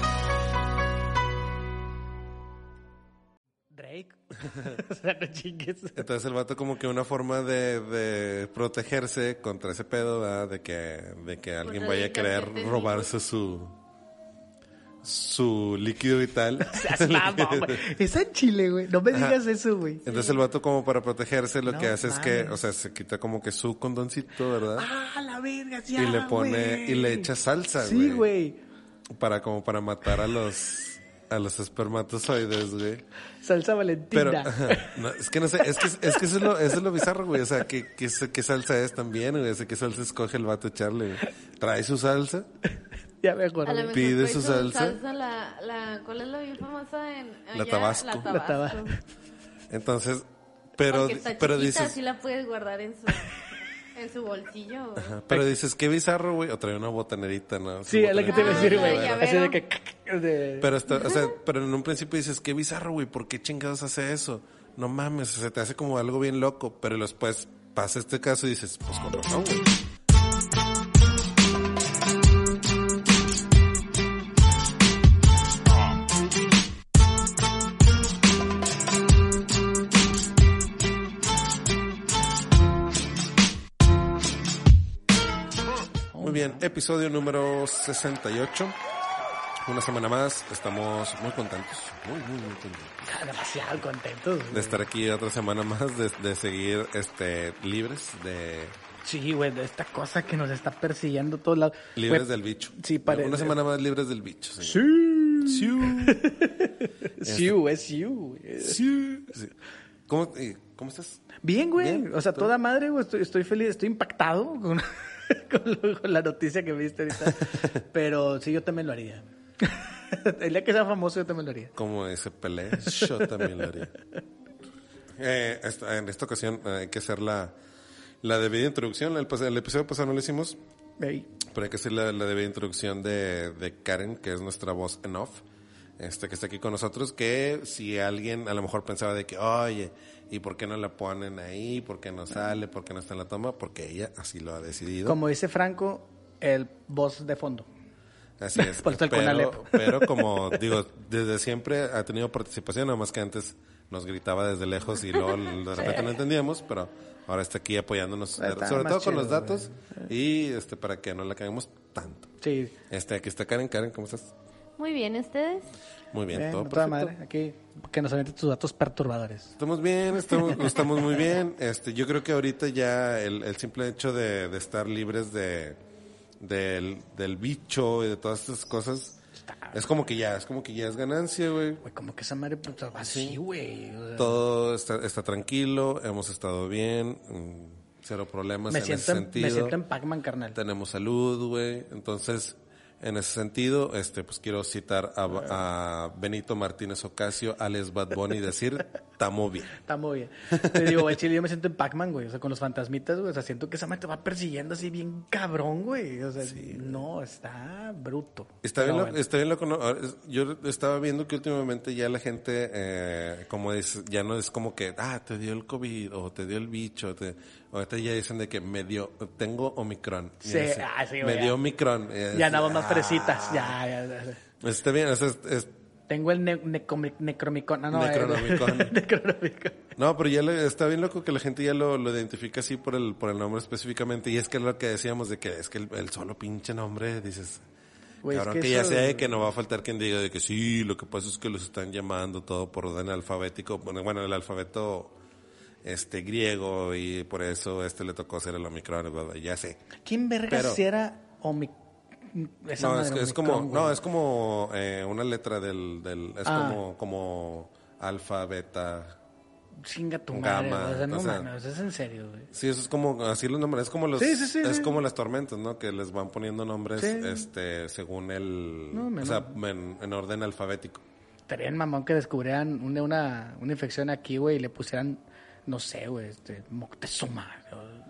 Drake. o sea, no chingues. Entonces el vato como que una forma de, de protegerse contra ese pedo, ¿verdad? De que, de que alguien vaya a querer dedicarse a ti. robarse su su líquido vital. Seas mamón, güey. Es en Chile, güey. No me digas eso, güey. Entonces el vato como para protegerse lo No que hace es que, mames. o sea, se quita como que su condoncito, ¿verdad? Ah, la verga, sí. y le pone y le echa salsa, güey. Sí, güey. Para como para matar a los a los espermatozoides, güey. Salsa Pero Valentina. ajá, no, es que no sé, es que, es que eso, es lo, eso es lo bizarro, güey. O sea, ¿qué, qué, es- qué salsa es también, güey? O sea, ¿qué salsa escoge el vato Charlie? güey? ¿Trae su salsa? ya me A lo acordé. mejor Pide fue su con salsa. la, la, ¿Cuál es la bien famosa en La allá? Tabasco. La La Tabasco. Tabasco. Entonces, pero, Porque está pero chiquita, dices, así la puedes guardar en su, en su bolsillo. güey. ajá, pero dices, qué bizarro, güey. O trae una botanerita, ¿no? Sí, es la que te iba a decir, Ah, güey. ya Así de veo. que... de- Pero, está- o sea, pero en un principio dices, qué bizarro, güey, ¿por qué chingados hace eso? No mames, o sea, te hace como algo bien loco, pero después pasa este caso y dices, pues con razón, güey. Muy bien, episodio número 68. Una semana más, estamos muy contentos, muy, muy, muy contentos ah, Demasiado contentos. güey. de estar aquí otra semana más, de, de seguir este libres de Sí, güey, de esta cosa que nos está persiguiendo a todos lados. libres Güey, del bicho. Pues, Sí, parece. Una semana más libres del bicho. señor. Sí. Sí. Este. Siu, es Siu. güey. Sí. Sí. ¿Cómo, eh, ¿Cómo estás? Bien, güey. Bien, o sea, ¿tú? toda madre, güey. Estoy, estoy feliz, estoy impactado con, con lo- con la noticia que me diste ahorita. Pero sí, yo también lo haría. El día que sea famoso, yo también lo haría. Como ese Pelé, yo también lo haría. Eh, esta- en esta ocasión eh, hay que hacer la, la debida introducción. El, pas- el episodio pasado no lo hicimos, Ey. pero hay que hacer la, la debida introducción de, de Karen, que es nuestra voz en off, este, que está aquí con nosotros, que si alguien a lo mejor pensaba de que, oye, ¿y por qué no la ponen ahí? ¿Por qué no sale? ¿Por qué no está en la toma? Porque ella así lo ha decidido. Como dice Franco, el voz de fondo. Así es. Por eso el Conalep. pero, pero como digo, desde siempre ha tenido participación, nada más que antes nos gritaba desde lejos y luego de repente no entendíamos, pero ahora está aquí apoyándonos, Ahí está, sobre más todo con chido, los datos y este para que no la caguemos tanto. Sí. Este, aquí está Karen, Karen, ¿cómo estás? Muy bien, ¿ustedes? Muy bien, Bien, todo Eh, toda perfecto. madre. Aquí, que nos avienten tus datos perturbadores. Estamos bien, estamos, estamos muy bien. Este, yo creo que ahorita ya el, el simple hecho de, de estar libres de del, del bicho y de todas estas cosas es como que ya, es como que ya es ganancia, güey. Güey, como que esa madre, pues, así, güey. o sea, Todo está, está tranquilo, hemos estado bien, mm, cero problemas me, en siento, ese en- sentido. me siento en Pac-Man, carnal. Tenemos salud, güey. Entonces, en ese sentido, este, pues quiero citar a, a Benito Martínez Ocasio, alias Bad Bunny, y decir, tamo bien. Está muy bien. Te digo, güey, chile, yo me siento en Pac-Man, güey. O sea, con los fantasmitas, güey. O sea, siento que esa madre te va persiguiendo así bien cabrón, güey. O sea, no, está bruto. Está Pero bien, lo, bueno. está bien loco, ¿no? Ahora, es- Yo estaba viendo que últimamente ya la gente, eh, como dice, ya no es como que, ah, te dio el COVID o te dio el bicho. Te, ahorita ya dicen de que me dio, tengo Omicron. Y Sí, dice, ah, sí, Me güey, ya. dio Omicron. Y Ya dice, nada más "Ah". fresitas. Ya, ya, ya. Está bien, o sea, es- es- Tengo el ne necomi- necromicon. No, no, eh, Necronomicon. necronomicon. no, pero ya le- está bien loco que la gente ya lo, lo identifica así por el, por el nombre específicamente. Y es que es lo que decíamos de que es que el, el solo pinche nombre, dices, Güey, es cabrón, Pues que que, ya eso- sé que no va a faltar quien diga de que sí, lo que pasa es que los están llamando todo por orden alfabético, bueno, bueno, el alfabeto este griego y por eso este le tocó hacer el Omicron, bla, bla, ya sé. ¿Quién verga Pero- si era omic... esa No, madre es, que es Omicron, como, güey? no, es como eh, una letra del, del es Ah. como, como alfa, beta. Chinga tu madre, Gama, güey, o sea, no o sea- mames, es en serio, güey. Sí, eso es como, así los nombres, es como los, Sí, sí, sí, es sí. como las tormentas, ¿no? Que les van poniendo nombres, Sí. este, según el, No, me o sea, en, en orden alfabético. estaría bien mamón que descubrieran una, una, una infección aquí, güey, y le pusieran, no sé, güey, este, Moctezuma. o El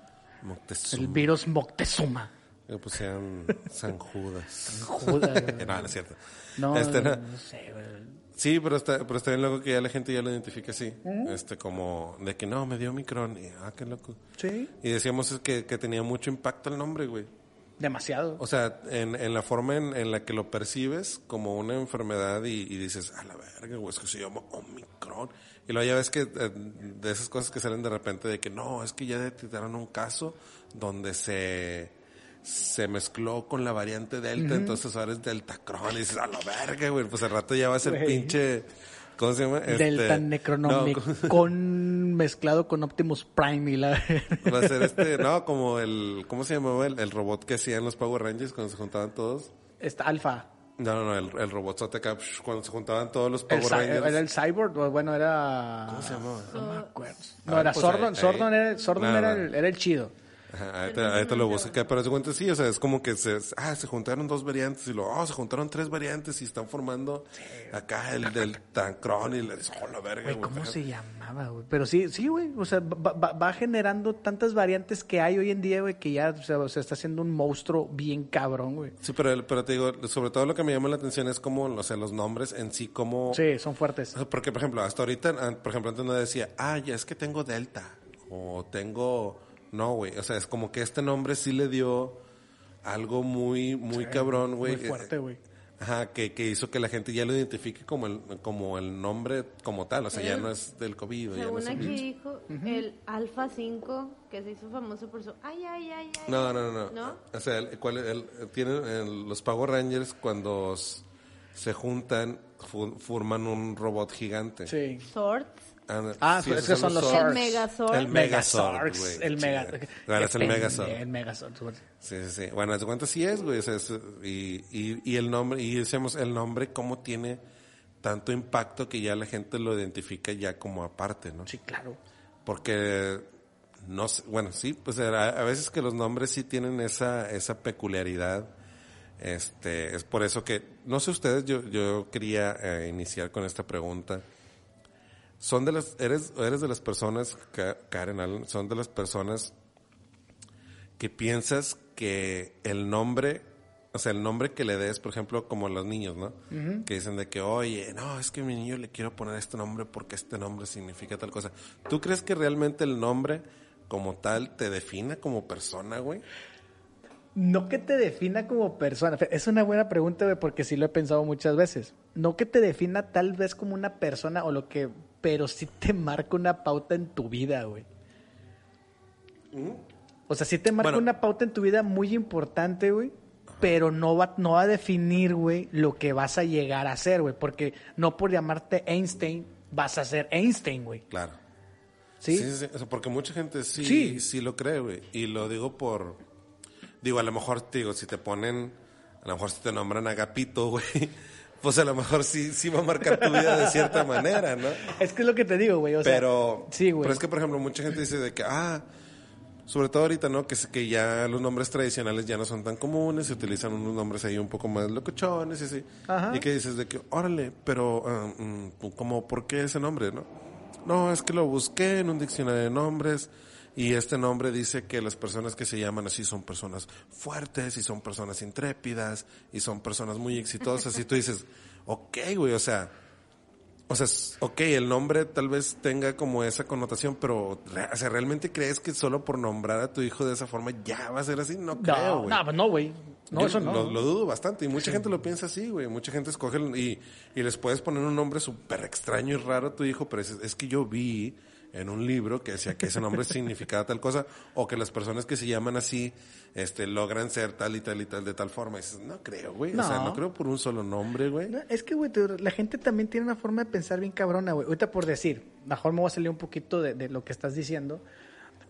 Moctezuma. virus Moctezuma. Le pusieron pues, San Judas. Judas, güey. no, no es cierto. No, Este, no, no. no sé, güey. Sí, pero está, pero está bien loco que ya la gente ya lo identifica así. ¿Mm? Este, como de que no, me dio Omicron. Y, ah, qué loco. Sí. Y decíamos que, que tenía mucho impacto el nombre, güey. Demasiado. O sea, en, en la forma en, en la que lo percibes como una enfermedad y, y dices, a la verga, güey, es que se llama Omicron. Y luego ya ves que eh, de esas cosas que salen de repente de que no, es que ya detectaron un caso donde se, se mezcló con la variante Delta, entonces ahora es Deltacron. Y dices, a la verga, güey, pues al rato ya va a ser Güey. pinche, ¿cómo se llama? Delta Este, Necronomicon no, con mezclado con Optimus Prime y la... va a ser este, no, como el, ¿cómo se llamaba el, el robot que hacían los Power Rangers cuando se juntaban todos? Esta alfa. No, no, no, el, el robotzote acá, psh, cuando se juntaban todos los El Power cy- Rangers. era el cyborg, o bueno, era... ¿Cómo se llamaba? No me acuerdo. Ah, No, era pues, Sordon. ahí- Sordon, ahí- era, Sordon Nada. era, el, era el chido. Ajá, ahí te- ahí te lo busco acá, pero se cuenta, sí, o sea, es como que se, ah, se juntaron dos variantes y luego, oh, se juntaron tres variantes y están formando acá el del Tancron y le dices, oh, la verga, Güey, güey. ¿cómo pero- se llamaba, güey? Pero sí, sí, güey. O sea, va, va- va generando tantas variantes que hay hoy en día, güey, que ya o sea, se está haciendo un monstruo bien cabrón, güey. Sí, pero, el- pero te digo, sobre todo lo que me llama la atención es como, o sea, los nombres en sí, como... Sí, son fuertes. O sea, Porque, por ejemplo, hasta ahorita, an- por ejemplo, antes no decía, ah, ya es que tengo Delta. O tengo. No, güey. O sea, es como que este nombre sí le dio algo muy, muy cabrón, güey. eh, muy fuerte, güey. Ajá, que, que hizo que la gente ya lo identifique como el, como el nombre como tal. O sea, ya no es del COVID. o Ya no, es Mm. Según el aquí virus. dijo, el Alfa 5, que se hizo famoso por su... Ay, ay, ay, ay. no, no, no, no. ¿No? O sea, el- cuál- el- tienen el- los Power Rangers cuando s- se juntan, fu- forman un robot gigante. Sí. Swords. Ah, Ah, sí, es esos que son los Zords. Zords. El Megazord. El Megazord, Megazords, güey. El Mega... Chingada. Ahora es el Depende, Megazord. El Megazord. güey. Sí, sí, sí. Bueno, haz de cuenta sí es, güey. O sea, es, y, y, y el nombre, y decíamos, el nombre cómo tiene tanto impacto que ya la gente lo identifica ya como aparte, ¿no? Sí, claro. Porque, no sé, bueno, sí, pues a, a veces que los nombres sí tienen esa, esa peculiaridad. Este, es por eso que, no sé ustedes, yo, yo quería eh, iniciar con esta pregunta. Son de las, eres, eres de las personas, Ka- Karen Allen, son de las personas que piensas que el nombre, o sea, el nombre que le des, por ejemplo, como a los niños, ¿no? Que dicen de que, oye, no, es que a mi niño le quiero poner este nombre porque este nombre significa tal cosa. ¿Tú crees que realmente el nombre como tal te defina como persona, güey? No que te defina como persona. Fe- Es una buena pregunta, güey, porque sí lo he pensado muchas veces. No que te defina tal vez como una persona o lo que... Pero sí te marca una pauta en tu vida, güey. O sea, sí te marca Mm. Bueno. una pauta en tu vida muy importante, güey. Pero no va, no va a definir, güey, lo que vas a llegar a ser, güey. Porque no por llamarte Einstein vas a ser Einstein, güey. Claro. ¿Sí? sí, sí. O sea, porque mucha gente sí, Sí. sí, lo cree, güey. Y lo digo por. Digo, a lo mejor, te digo, si te ponen. A lo mejor si te nombran Agapito, güey. Pues a lo mejor sí, sí va a marcar tu vida de cierta manera, ¿no? Es que es lo que te digo, güey. O sea, pero, sí, güey. pero es que, por ejemplo, mucha gente dice de que, ah, sobre todo ahorita, ¿no? Que, se- que ya los nombres tradicionales ya no son tan comunes, se utilizan unos nombres ahí un poco más locochones y así. Ajá. Y que dices de que, órale, pero, ah, mm, como, ¿por qué ese nombre, no? No, es que lo busqué en un diccionario de nombres y este nombre dice que las personas que se llaman así son personas fuertes y son personas intrépidas y son personas muy exitosas y tú dices, ok, güey, o sea, o sea, s- ok, el nombre tal vez tenga como esa connotación, pero re- o sea, ¿realmente crees que solo por nombrar a tu hijo de esa forma ya va a ser así? No No, creo, güey. no, pues no, güey. No, Yo eso no. Lo, lo dudo bastante y mucha gente lo piensa así, güey. Mucha gente escoge el- y, y les puedes poner un nombre súper extraño y raro a tu hijo, pero dices, es, que yo vi en un libro que decía que ese nombre significaba tal cosa o que las personas que se llaman así este, logran ser tal y tal y tal de tal forma. Y dices, no creo, güey. O sea, No. no creo por un solo nombre, güey. No, es que, güey, te- la gente también tiene una forma de pensar bien cabrona, güey. Ahorita por decir, mejor me voy a salir un poquito de, de lo que estás diciendo,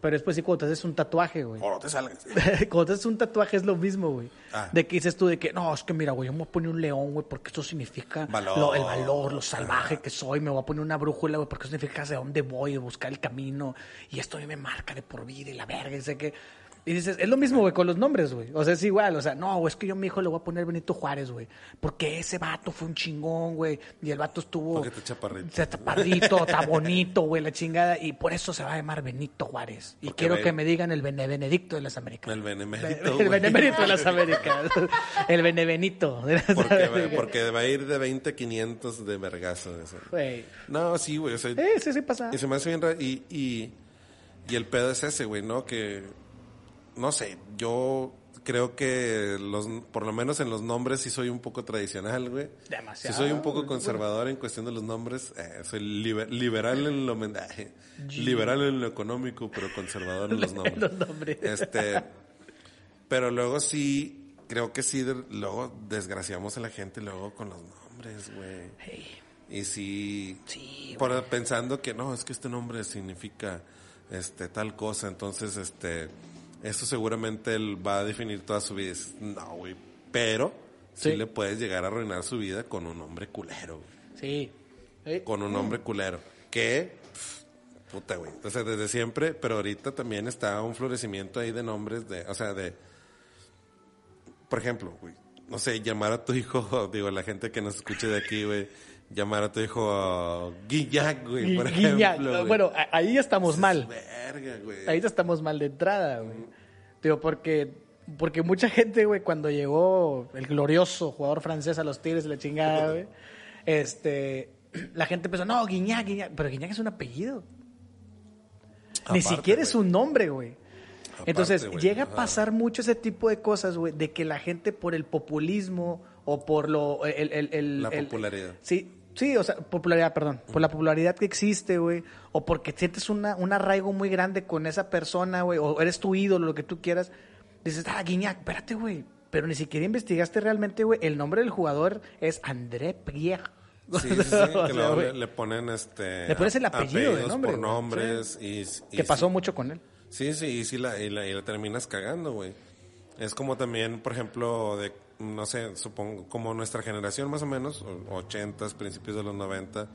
pero después sí, cuando te haces un tatuaje, güey. O no te salgas. cuando te haces un tatuaje es lo mismo, güey. Ah. De que dices tú, de que, no, es que mira, güey, yo me voy a poner un león, güey, porque eso significa Valor. lo- el valor, lo salvaje que soy. Me voy a poner una brújula, güey, porque eso significa hacia dónde voy, buscar el camino. Y esto a mí me marca de por vida y la verga, y sé que... Y dices, es lo mismo, güey, con los nombres, güey. O sea, es igual. O sea, no, güey, es que yo a mi hijo le voy a poner Benito Juárez, güey. Porque ese vato fue un chingón, güey. Y el vato estuvo. Porque está chaparrito. Está chaparrito, está bonito, güey, la chingada. Y por eso se va a llamar Benito Juárez. Y Porque quiero ve- que me digan el Benebenedicto de las Américas. El benemérito, El güey. Benemérito de las Américas. El Benebenito de las Porque va, Américas. porque va a ir de 20 a 500 de vergazo. eso. Güey. No, sí, güey. O sea, Eh, sí, sí pasa. Y se me hace bien raro. Y, y, y el pedo es ese, güey, ¿no? Que, no sé, yo creo que los por lo menos en los nombres sí soy un poco tradicional, güey. Demasiado, Sí soy un poco conservador en cuestión de los nombres. Eh, soy liber- liberal en lo men- liberal en lo económico, pero conservador en los nombres. Los nombres. Este, pero luego sí, creo que sí, de- luego desgraciamos a la gente luego con los nombres, güey. Y sí, por- pensando que no, es que este nombre significa este tal cosa, entonces este eso seguramente él va a definir toda su vida. Es- No, güey, pero sí. Sí. le puedes llegar a arruinar su vida con un nombre culero, güey. Sí. Eh, con un nombre culero que pf, puta, güey. O sea, desde siempre, pero ahorita también está un florecimiento ahí de nombres de, o sea, de por ejemplo, güey, no sé, llamar a tu hijo, digo, la gente que nos escuche de aquí, güey, llamar a tu hijo Guiñac, güey, por Gui- Guiñac. ejemplo. güey. Bueno, a- ahí estamos Dices, mal. Verga, güey. Ahí estamos mal de entrada, güey. Digo, porque, porque mucha gente, güey, cuando llegó el glorioso jugador francés a los Tigres, la chingada, güey, este, la gente empezó, no, Guiñac, Guiñac, pero Guiñac es un apellido. Ni Aparte, siquiera es güey. un nombre, güey. Aparte, Entonces, güey, llega a ajá. pasar mucho ese tipo de cosas, güey, de que la gente por el populismo o por lo... El, el- el- La el- popularidad. Sí, sí, o sea, popularidad, perdón. Por la popularidad que existe, güey. O porque sientes una, un arraigo muy grande con esa persona, güey. O eres tu ídolo, lo que tú quieras. Dices, ah, Guiñac, espérate, güey. Pero ni siquiera investigaste realmente, güey. El nombre del jugador es André Pierre. Sí, sí, sí, O sea, que luego güey, le, le ponen este. Le pones el apellido de apellidos nombre, Por güey, nombres y. y que pasó sí. mucho con él. Sí, sí, y sí la, y la, y la terminas cagando, güey. Es como también, por ejemplo, de, no sé, supongo, como nuestra generación más o menos, o- ochentas, principios de los noventa,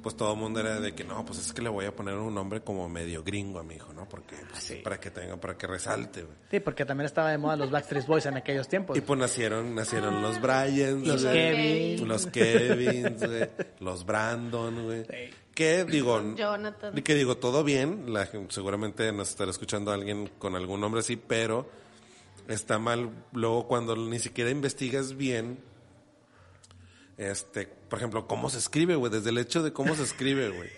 pues todo el mundo era de que no, pues es que le voy a poner un nombre como medio gringo a mi hijo, ¿no? Porque, pues, para que tenga, para que resalte, güey. Sí, porque también estaba de moda los Backstreet Boys en aquellos tiempos. Y pues nacieron, nacieron los Bryans, Los güey, Kevin. los Kevins, güey, los Brandon, güey. Que digo, Jonathan. que digo, todo bien, la gen- seguramente nos estará escuchando alguien con algún nombre así, pero está mal luego cuando ni siquiera investigas bien este, por ejemplo, cómo se escribe, güey, desde el hecho de cómo se escribe, güey.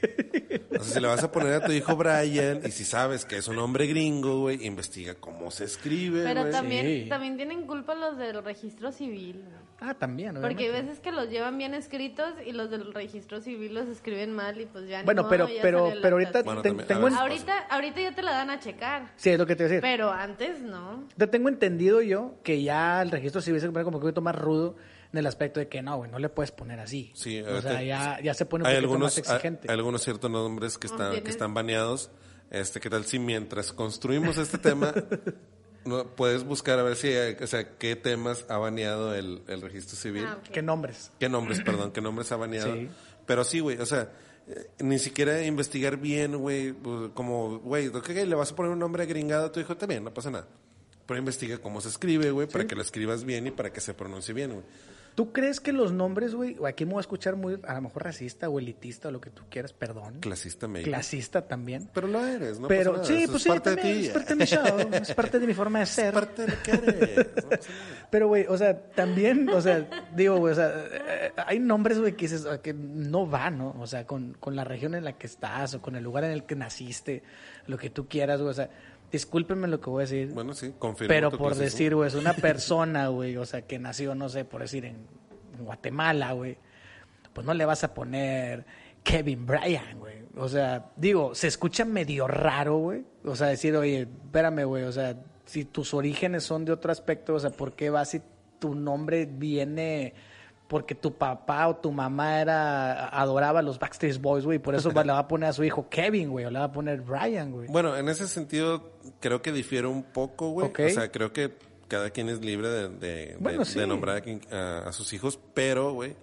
O sea, si le vas a poner a tu hijo Brian y si sabes que es un hombre gringo, güey, investiga cómo se escribe, Pero güey. también, Sí. también tienen culpa los del registro civil. güey. Ah, también, Porque hay obviamente. veces que los llevan bien escritos y los del registro civil los escriben mal y pues ya ni Bueno, modo, pero, ya pero, salió la pero ahorita taza. Bueno, te- también, a tengo, ver. en- Ahorita, ahorita ya te la dan a checar, sí, es lo que te iba a decir. pero antes no. Yo tengo entendido yo que ya el registro civil se pone como que un poquito más rudo en el aspecto de que no, güey, no le puedes poner así. Sí, o sea, ahorita- ya, ya se pone un hay poquito algunos, más exigente. hay- hay algunos ciertos nombres que están, tienen- que están baneados. Este, ¿qué tal si mientras construimos este tema no, puedes buscar a ver si, hay- o sea, qué temas ha baneado el, el registro civil? Ah, ok. ¿Qué nombres? ¿Qué nombres, perdón? ¿Qué nombres ha baneado? Sí. Pero sí, güey, o sea, eh, ni siquiera investigar bien, güey, pues, como, güey, ok, le vas a poner un nombre gringado a tu hijo también, no pasa nada. Pero investiga cómo se escribe, güey, para que lo escribas bien y para que se pronuncie bien, güey. ¿Tú crees que los nombres, güey, o aquí me voy a escuchar muy, a lo mejor racista o elitista o lo que tú quieras, perdón. Clasista me Clasista también. Pero lo eres, ¿no? pero pasa nada, sí, eso pues es sí, parte también de ti. es parte de mi show, es parte de mi forma de ser. parte de lo que eres. no pasa nada. Pero, güey, o sea, también, o sea, digo, güey, o sea, eh, hay nombres, güey, que dices, ah, que no va, ¿no? O sea, con, con la región en la que estás o con el lugar en el que naciste, lo que tú quieras, güey, o sea, discúlpenme lo que voy a decir, Bueno, sí, confirmo. pero tu por clasismo. decir, güey, es una persona, güey, o sea, que nació, no sé, por decir, en en Guatemala, güey, pues no le vas a poner Kevin Bryan, güey. O sea, digo, se escucha medio raro, güey. O sea, decir, oye, espérame, güey, o sea, si tus orígenes son de otro aspecto, o sea, ¿por qué vas si tu nombre viene porque tu papá o tu mamá era adoraba a los Backstreet Boys, güey, y por eso va- le va a poner a su hijo Kevin, güey, o le va a poner Bryan, güey. Bueno, en ese sentido, creo que difiere un poco, güey. Ok. O sea, creo que cada quien es libre de, de- Bueno, de- sí. de nombrar a, quien- a- a sus hijos, pero, güey,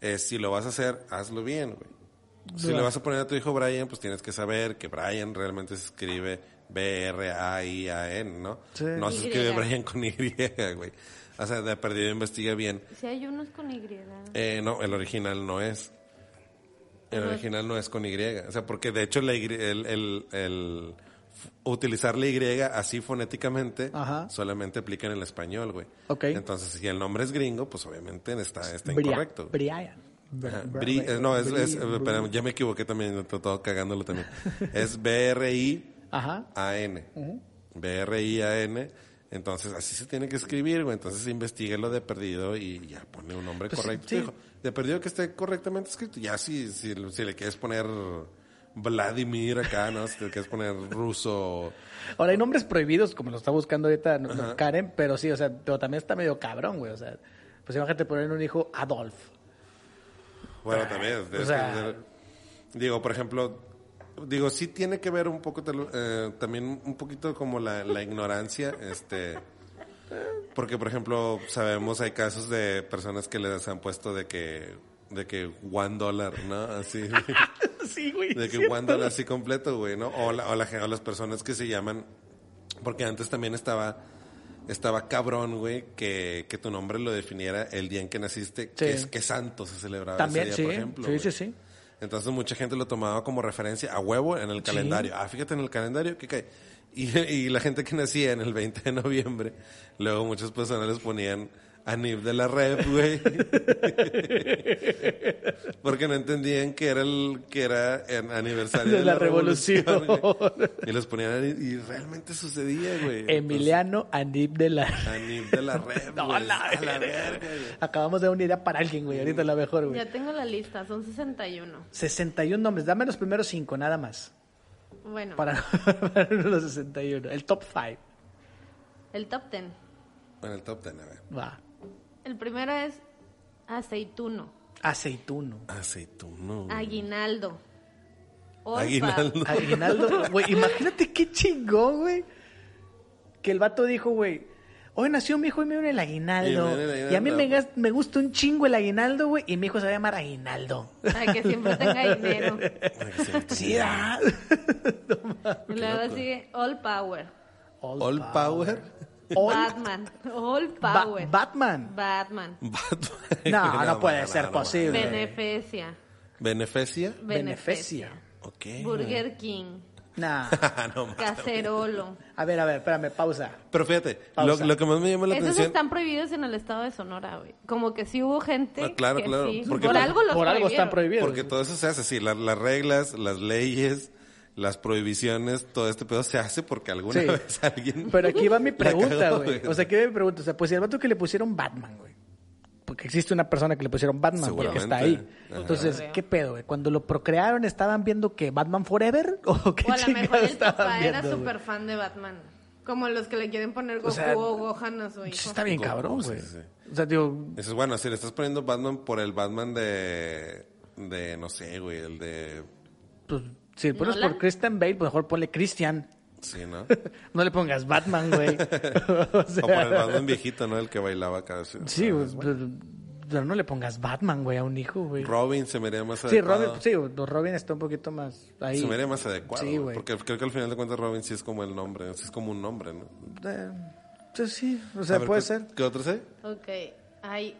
eh, si lo vas a hacer, hazlo bien, güey. Si le vas a poner a tu hijo Brian, pues tienes que saber que Brian realmente se escribe B-R-A-I-A-N, ¿no? Sí. No se escribe Y. Brian con Y, güey. O sea, de perdido investiga bien. Si hay unos con Y. Eh, no, el original no es. El original no es con Y. O sea, porque de hecho la Y- el, el- el f- utilizar la Y así fonéticamente Ajá. solamente aplica en el español, güey. Ok. Entonces, si el nombre es gringo, pues obviamente está, está Bria- incorrecto. güey. Brian. Ajá. Br- Bri- Br- eh, no, es, Bri- es- eh, Bri- espérame, ya me equivoqué también, estoy todo cagándolo también. Es B-R-I-A-N. Ajá. B-R-I-A-N. Entonces, así se tiene que escribir, güey. Entonces, investigue lo de perdido y ya pone un nombre Pues, correcto. sí. Dijo, de perdido que esté correctamente escrito. Ya si, si, si le quieres poner Vladimir acá, ¿no? Si le quieres poner ruso. Ahora hay nombres prohibidos, como lo está buscando ahorita no- no, Karen, pero sí, o sea, pero también está medio cabrón, güey. O sea, pues imagínate poner un hijo Adolf. Bueno, también. debes sea- tener- digo, por ejemplo, digo, sí tiene que ver un poco, te lo- eh, también un poquito como la, la ignorancia, este... Porque, por ejemplo, sabemos, hay casos de personas que les han puesto de que, de que one dollar, ¿no? Así, sí, güey. de que ¿cierto? one dollar así completo, güey, ¿no? O, la- o, la gen- o las personas que se llaman, porque antes también estaba, estaba cabrón, güey, que, que tu nombre lo definiera el día en que naciste, que es que santo se celebraba ese También, día, sí. por ejemplo. sí, güey. sí, sí. Entonces mucha gente lo tomaba como referencia a huevo en el calendario. Ah, fíjate en el calendario que cae. Y, y la gente que nacía en el 20 de noviembre, luego muchas personas les ponían Anib de la Rep, güey. Porque no entendían que era el que era el aniversario de, la, revolución. güey. y los ponían Anib- y realmente sucedía, güey. Emiliano Anib de la. Entonces, Anib de la Rep. No, pues. güey. la A la verga. verga, güey. Acabamos de dar una idea para alguien, güey. Ahorita la mejor, güey. Ya tengo la lista, son 61. 61 nombres. Dame los primeros 5, nada más. Bueno, Para, para los 61. El top 5. el top 10. Bueno, el top ten, a ver. Va. El primero es aceituno, Aceituno. Aceituno. güey. aguinaldo, orpa, Aguinaldo. Aguinaldo, güey, imagínate qué chingón, güey. Que el vato dijo, güey, hoy nació mi hijo y me dio el Y aguinaldo. me dio el aguinaldo. Y a mí me, gas- me gusta un chingo el aguinaldo, güey, y mi hijo se va a llamar aguinaldo. para que siempre tenga dinero. Sí, ah. da. Y luego sigue All Power, All, All Power. all- Batman, All Ba- Power, Batman. Batman, Batman. No, no mames, puede ser no posible. mames. Beneficia, Beneficia. Beneficia, Ok. Burger King, Ah, Nah. no mames. Cacerolo. A ver, a ver, espérame, pausa. Pero fíjate, lo, Pausa. lo que más me llama la Esos atención. están prohibidos en el estado de Sonora, güey. Como que sí hubo gente. Ah, claro, que claro, sí. porque- por algo los Por algo están prohibidos. Porque todo eso se hace así. la- las reglas, las leyes, las prohibiciones, todo este pedo se hace porque alguna Sí. vez alguien. Pero aquí va mi la pregunta, cagó, güey. O sea, aquí va mi pregunta. O sea, pues si el vato que le pusieron Batman, güey. Porque existe una persona que le pusieron Batman, güey, que está ahí. Seguramente. Ajá. Entonces, Creo. ¿qué pedo, güey? Cuando lo procrearon, ¿estaban viendo que Batman Forever? ¿O qué O a lo mejor chingados el papá estaban era viendo? güey? súper fan de Batman. Como los que le quieren poner Goku o, sea, Gohan a su Pues hijo. está bien Goku, cabrón, sí, güey. sí. O sea, digo, Dices, bueno, si le estás poniendo Batman por el Batman de. de no sé, güey, el de. pues, si le pones ¿Nolan? por Christian Bale, pues mejor ponle Christian. Sí, ¿no? No le pongas Batman, güey. o sea, O por el Batman viejito, ¿no? El que bailaba acá. ah, Sí, Sí, pues, güey, pero- pero no le pongas Batman, güey, a un hijo, güey. Robin se me haría más Sí, adecuado. Robin, sí, güey, Robin está un poquito más ahí. Se me haría más adecuado. Sí, güey, güey. Porque creo que al final de cuentas Robin sí es como el nombre. Sí es como un nombre, ¿no? Eh, pues sí, o A sea, ver, puede ¿qué- ser. ¿Qué otros hay? Ok, ahí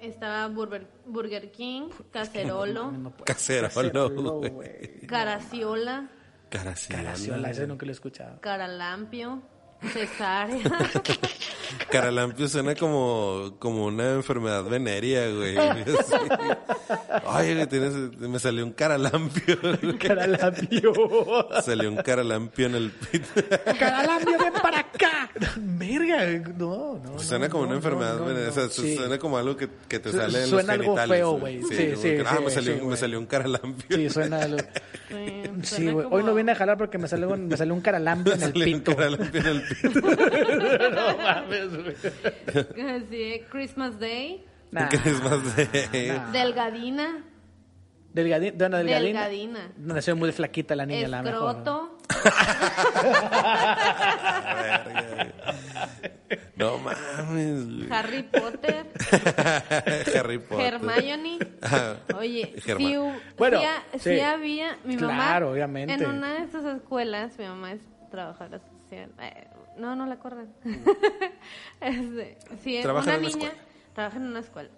estaba Burger, Burger King, Cacerolo, No puede Casero, ser, no, güey. güey. Caraciola, Caraciola. Caraciola, ese nunca lo he escuchado. Caralampio, Cesárea. Caralampio suena como, como una enfermedad venérea, güey. Sí. Ay, güey, tienes, me salió un caralampio. güey. Caralambio. Salió un caralampio en el pito. Caralambio, ven para acá. Verga, güey, no, no. Suena no, como una no, enfermedad no, venérea. no. o sea, Sí. Suena como algo que, que te Su- sale en suena los algo genitales, feo, güey. Sí, como que, sí, Ah, sí, me salió, sí, me güey. salió un caralampio. Sí, suena algo. Sí, Sí, suena güey. como- Hoy no vine a jalar porque me salió un, me salió un caralambio en Me el salió un pito. caralampio en el pito. No mames, güey. Sí, Christmas Day, Nah. Christmas Day. nah. Delgadina, Delgadi- Dona Delgadina. Delgadina. Nació muy flaquita la niña, la mejor. Escroto, Verga, güey. No mames, güey. Harry Potter, Harry Potter. Hermione. Oye, Germán. sí, hu- Bueno, sí, ha- sí. sí había, mi mamá, Claro, obviamente. en una de estas escuelas, mi mamá es trabajadora social, eh, no, no la corren, Este, sí, en Trabaja una en una niña, escuela. trabaja en una escuela,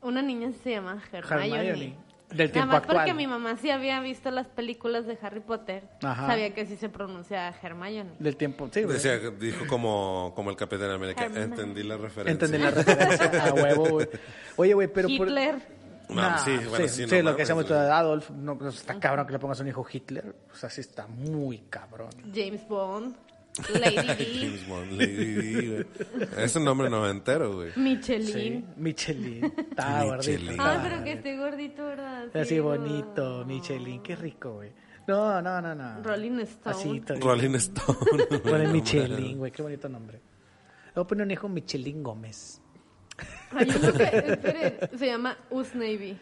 una niña se llama Hermione, Hermione. Del tiempo Nada más actual. porque mi mamá sí había visto las películas de Harry Potter, Ajá. sabía que sí se pronunciaba Hermione. Del tiempo, sí, güey. Decía, dijo como, como el Capitán América. Entendí la referencia. Entendí la referencia a huevo, güey. Oye, güey, pero por- Hitler, No, sí, bueno, sí, no lo mames, que hacemos güey. todo Adolf, no, pues, está cabrón que le pongas a un hijo Hitler, o sea, sí está muy cabrón. James Bond, Lady James Bond, Lady Di, güey. Es un nombre noventero, güey. D, Michelin. Sí, Michelin, está gordito. Michelin. está Ay, Ah, pero que esté gordito, ¿verdad? Así Sí, bonito, no. Michelin, qué rico, güey. No, no, no, no. Rolling Stone. Así, todo- Rolling Stone. Ponle Michelin, güey, qué bonito nombre. Luego pone un hijo Michelin Gómez. Hay uno que, esperen, se llama US Navy.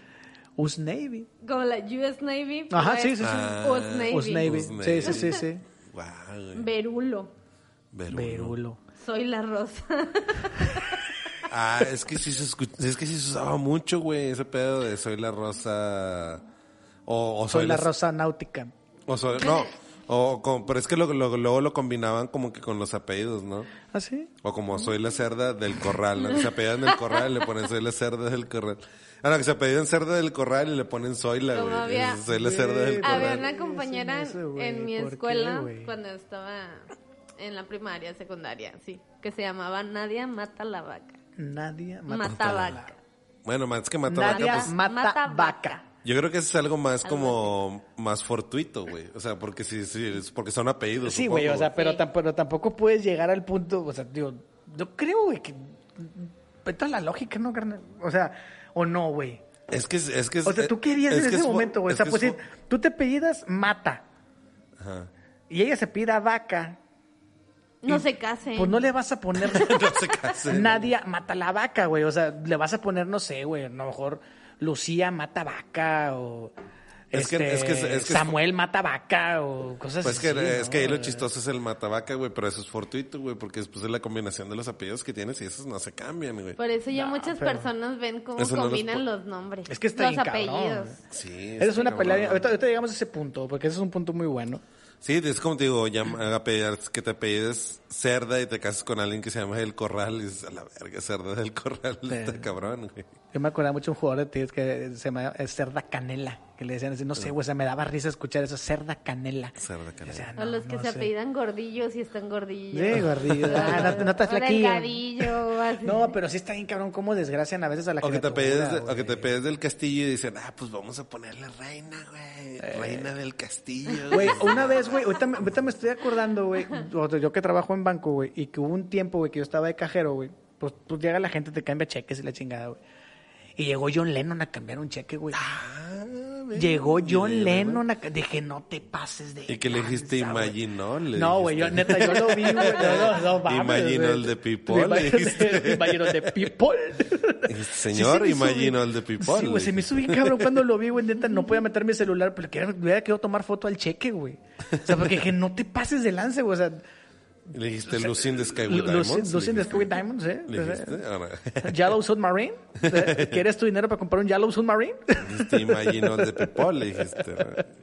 US Navy. Como la US Navy. pero Ajá, sí, es sí, sí. Ah, US Navy. US Navy. US Navy. Sí, sí, sí, sí. Guau, güey. Berulo. Veruno. Berulo. Soy la rosa. Ah, es que sí se escu- es que sí se usaba mucho, güey, ese pedo de soy la rosa o, o Soy la los- rosa náutica. o soy- no, o con- pero es que lo- lo- luego lo combinaban como que con los apellidos, ¿no? ¿Ah, sí? O como soy la cerda del corral, ¿no? Que se apellidan del corral y le ponen soy la cerda del corral. Ah, no, que se apellidan cerda del corral y le ponen soy la, Como güey. había- Soy la cerda del Había corral. una compañera Sí, eso, güey, en mi ¿por qué, escuela güey? cuando estaba en la primaria, secundaria, sí. Que se llamaba Nadia Mata la Vaca. Nadie Mata Vaca. Bueno, más que matar Nadie vaca, Nadia pues, mata vaca. yo creo que eso es algo más como, más fortuito, güey. O sea, porque sí, sí, es porque son apellidos. Sí, supongo, güey, o sea, pero, Sí. tam- pero tampoco puedes llegar al punto, o sea, digo, yo creo, güey, que... Vete a la lógica, ¿no, carnal? O sea, o no, güey. Es que es, es que es- O sea, ¿tú qué harías es en que ese es fo- momento, güey? O es sea, que pues es si tú te pedidas mata fo- Ajá. y ella se pida vaca, No se casen. pues no le vas a poner... No se casen. Nadia mata la vaca, güey. O sea, le vas a poner, no sé, güey, a lo mejor Lucía mata vaca o... Es que- este, es que- es que es- Samuel mata vaca o cosas Pues es que, así, es ¿no? que ahí O lo sea, chistoso es el matabaca, güey, pero eso es fortuito, güey, porque después es la combinación de los apellidos que tienes y esos no se cambian, güey. Por eso ya No, muchas pero- personas ven cómo Eso no los combinan po- los, nombres. Es que está Los bien cabrón, apellidos. güey. Sí. Esa es está una cabrón. pelea. bien- Ahorita, ahorita llegamos a ese punto, porque ese es un punto muy bueno. Sí, es como te digo, ya me haga pelear que te apellides cerda y te casas con alguien que se llama El Corral y dices, a la verga, cerda del Corral, está cabrón, güey. Yo me acordaba mucho de un jugador de tenis que se llamaba eh, Cerda Canela, que le decían así, no sé, güey, o sea, me daba risa escuchar eso, Cerda Canela. Cerda Canela. O sea, no, o los que no se sé. apellidan gordillos y están gordillos. Sí, gordillo. Ah, no, te- no estás O flaquillo. delgadillo, así. No, pero sí está bien cabrón cómo desgracian a veces a la O que, criatura, te apellides de- o que te güey. apellides del castillo y dicen, ah, pues vamos a ponerle reina, güey. Reina del castillo. Ah, Güey, una vez, güey, ahorita me, ahorita me estoy acordando, güey, o sea, yo que trabajo en banco, güey, y que hubo un tiempo, güey, que yo estaba de cajero, güey, pues, pues llega la gente, te cambia cheques y la chingada, güey. Y llegó John Lennon a cambiar un cheque, güey. llegó John Lennon a... ca- Dije, no te pases de... ¿Y qué le dijiste? lanza, güey". Imaginol. le No, güey, yo dijiste. neta, yo lo vi, güey. No, no, no, mames, Imagine güey. all the people, Imagine- dijiste. Imagine all the people. Señor, se me hizo imagine bien- all the people, Sí, güey, se me hizo bien cabrón cuando lo vi, güey. Neta, no podía meter mi celular, pero que hubiera querido tomar foto al cheque, güey. O sea, porque que no te pases de lance, güey. O sea, Le dijiste Lucien de Skyway Diamonds. Lucien le de dijiste. Squid Diamonds, ¿eh? Le dijiste, ahora. Yellow Submarine. ¿Eh? ¿Quieres tu dinero para comprar un Yellow Submarine? Dijiste, imagine all the people, le dijiste.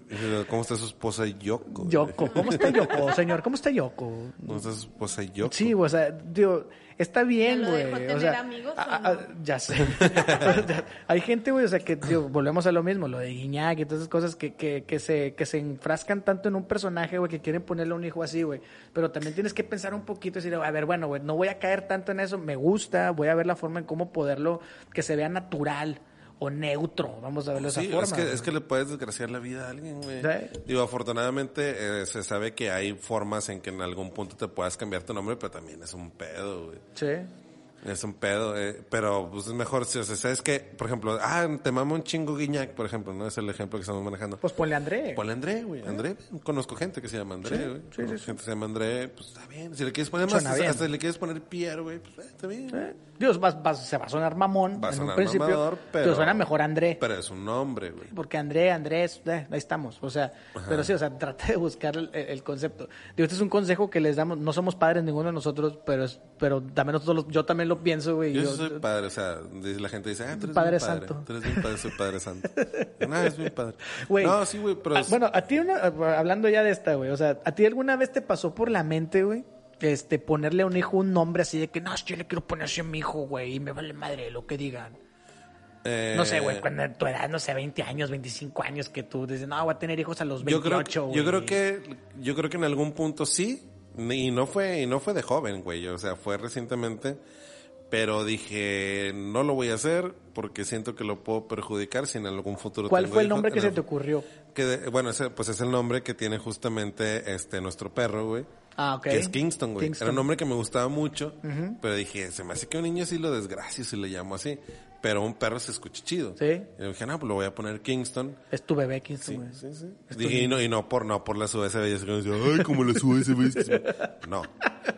Dijiste, ¿Cómo está su esposa Yoko? Yoko, ¿cómo está Yoko, señor? ¿Cómo está Yoko? ¿Cómo está su esposa Yoko? Sí, o sea, digo, está bien, ¿Ya lo güey. dejó o tener sea, amigos o a- a- no? ya sé. Hay gente, güey, o sea, que digo, volvemos a lo mismo, lo de Guiñac y todas esas cosas que, que, que se, que se enfrascan tanto en un personaje, güey, que quieren ponerle a un hijo así, güey. Pero también tienes que pensar un poquito y decir, a ver, bueno, güey, no voy a caer tanto en eso, me gusta, voy a ver la forma en cómo poderlo, que se vea natural o neutro, vamos a verlo de Sí, esa forma. es que, güey. es que le puedes desgraciar la vida a alguien, güey. Sí. Digo, afortunadamente eh, se sabe que hay formas en que en algún punto te puedas cambiar tu nombre, pero también es un pedo, güey. Sí. Es un pedo, eh, pero pues es mejor si, o sea, sabes que, por ejemplo, ah, te mama un chingo Guiñac, por ejemplo, ¿no? Es el ejemplo que estamos manejando. Pues ponle a André. Ponle a André, ¿Eh? güey. André, conozco gente que se llama André, güey. Conozco gente que se llama André, pues está bien. Si le quieres poner más, Suena bien. hasta si le quieres poner Pierre, güey, pues eh, está bien. Dios, va- va- se va a sonar mamón Va a en sonar un principio. mamador, pero. Pero suena mejor André. Pero es un nombre, güey. Porque André, Andrés, eh, ahí estamos. O sea, pero sí, o sea, trata de buscar el, el concepto. Digo, este es un consejo que les damos. No somos padres ninguno de nosotros, pero es, pero también nosotros, los- yo también lo pienso, güey. Yo, Yo- sí soy padre, o sea, dice- la gente dice, ah, tú eres Padre mi padre. santo. Tú eres mi padre, soy padre santo. no, es mi padre. Güey, No, sí, güey, pero. ah, es- bueno, a ti, una- hablando ya de esta, güey. O sea, ¿a ti alguna vez te pasó por la mente, güey? Este, ponerle a un hijo un nombre así de que, no, es que yo le quiero poner así a mi hijo, güey, y me vale madre lo que digan. eh, No sé, güey, cuando tu edad, no sé, 20 años, 25 años, que tú dices, no, voy a tener hijos a los yo 28, creo, güey. yo creo que yo creo que en algún punto sí y no fue y no fue de joven güey o sea fue recientemente pero dije no lo voy a hacer porque siento que lo puedo perjudicar si en algún futuro ¿Cuál tengo fue el hijos. nombre que En se el- te ocurrió? que de- bueno ese, pues es el nombre que tiene justamente este nuestro perro güey Ah, ok. que es Kingston, güey. Kingston. Era un nombre que me gustaba mucho, pero dije, se me hace que un niño sí lo desgracio si le llamo así, pero un perro se escucha chido. Sí. Y dije, no, pues lo voy a poner Kingston. Es tu bebé, Kingston, Sí, güey. sí, sí. Dije, y no, y no por, no por las USB. Yo sé que me decía, ay, como las USB. que se- No.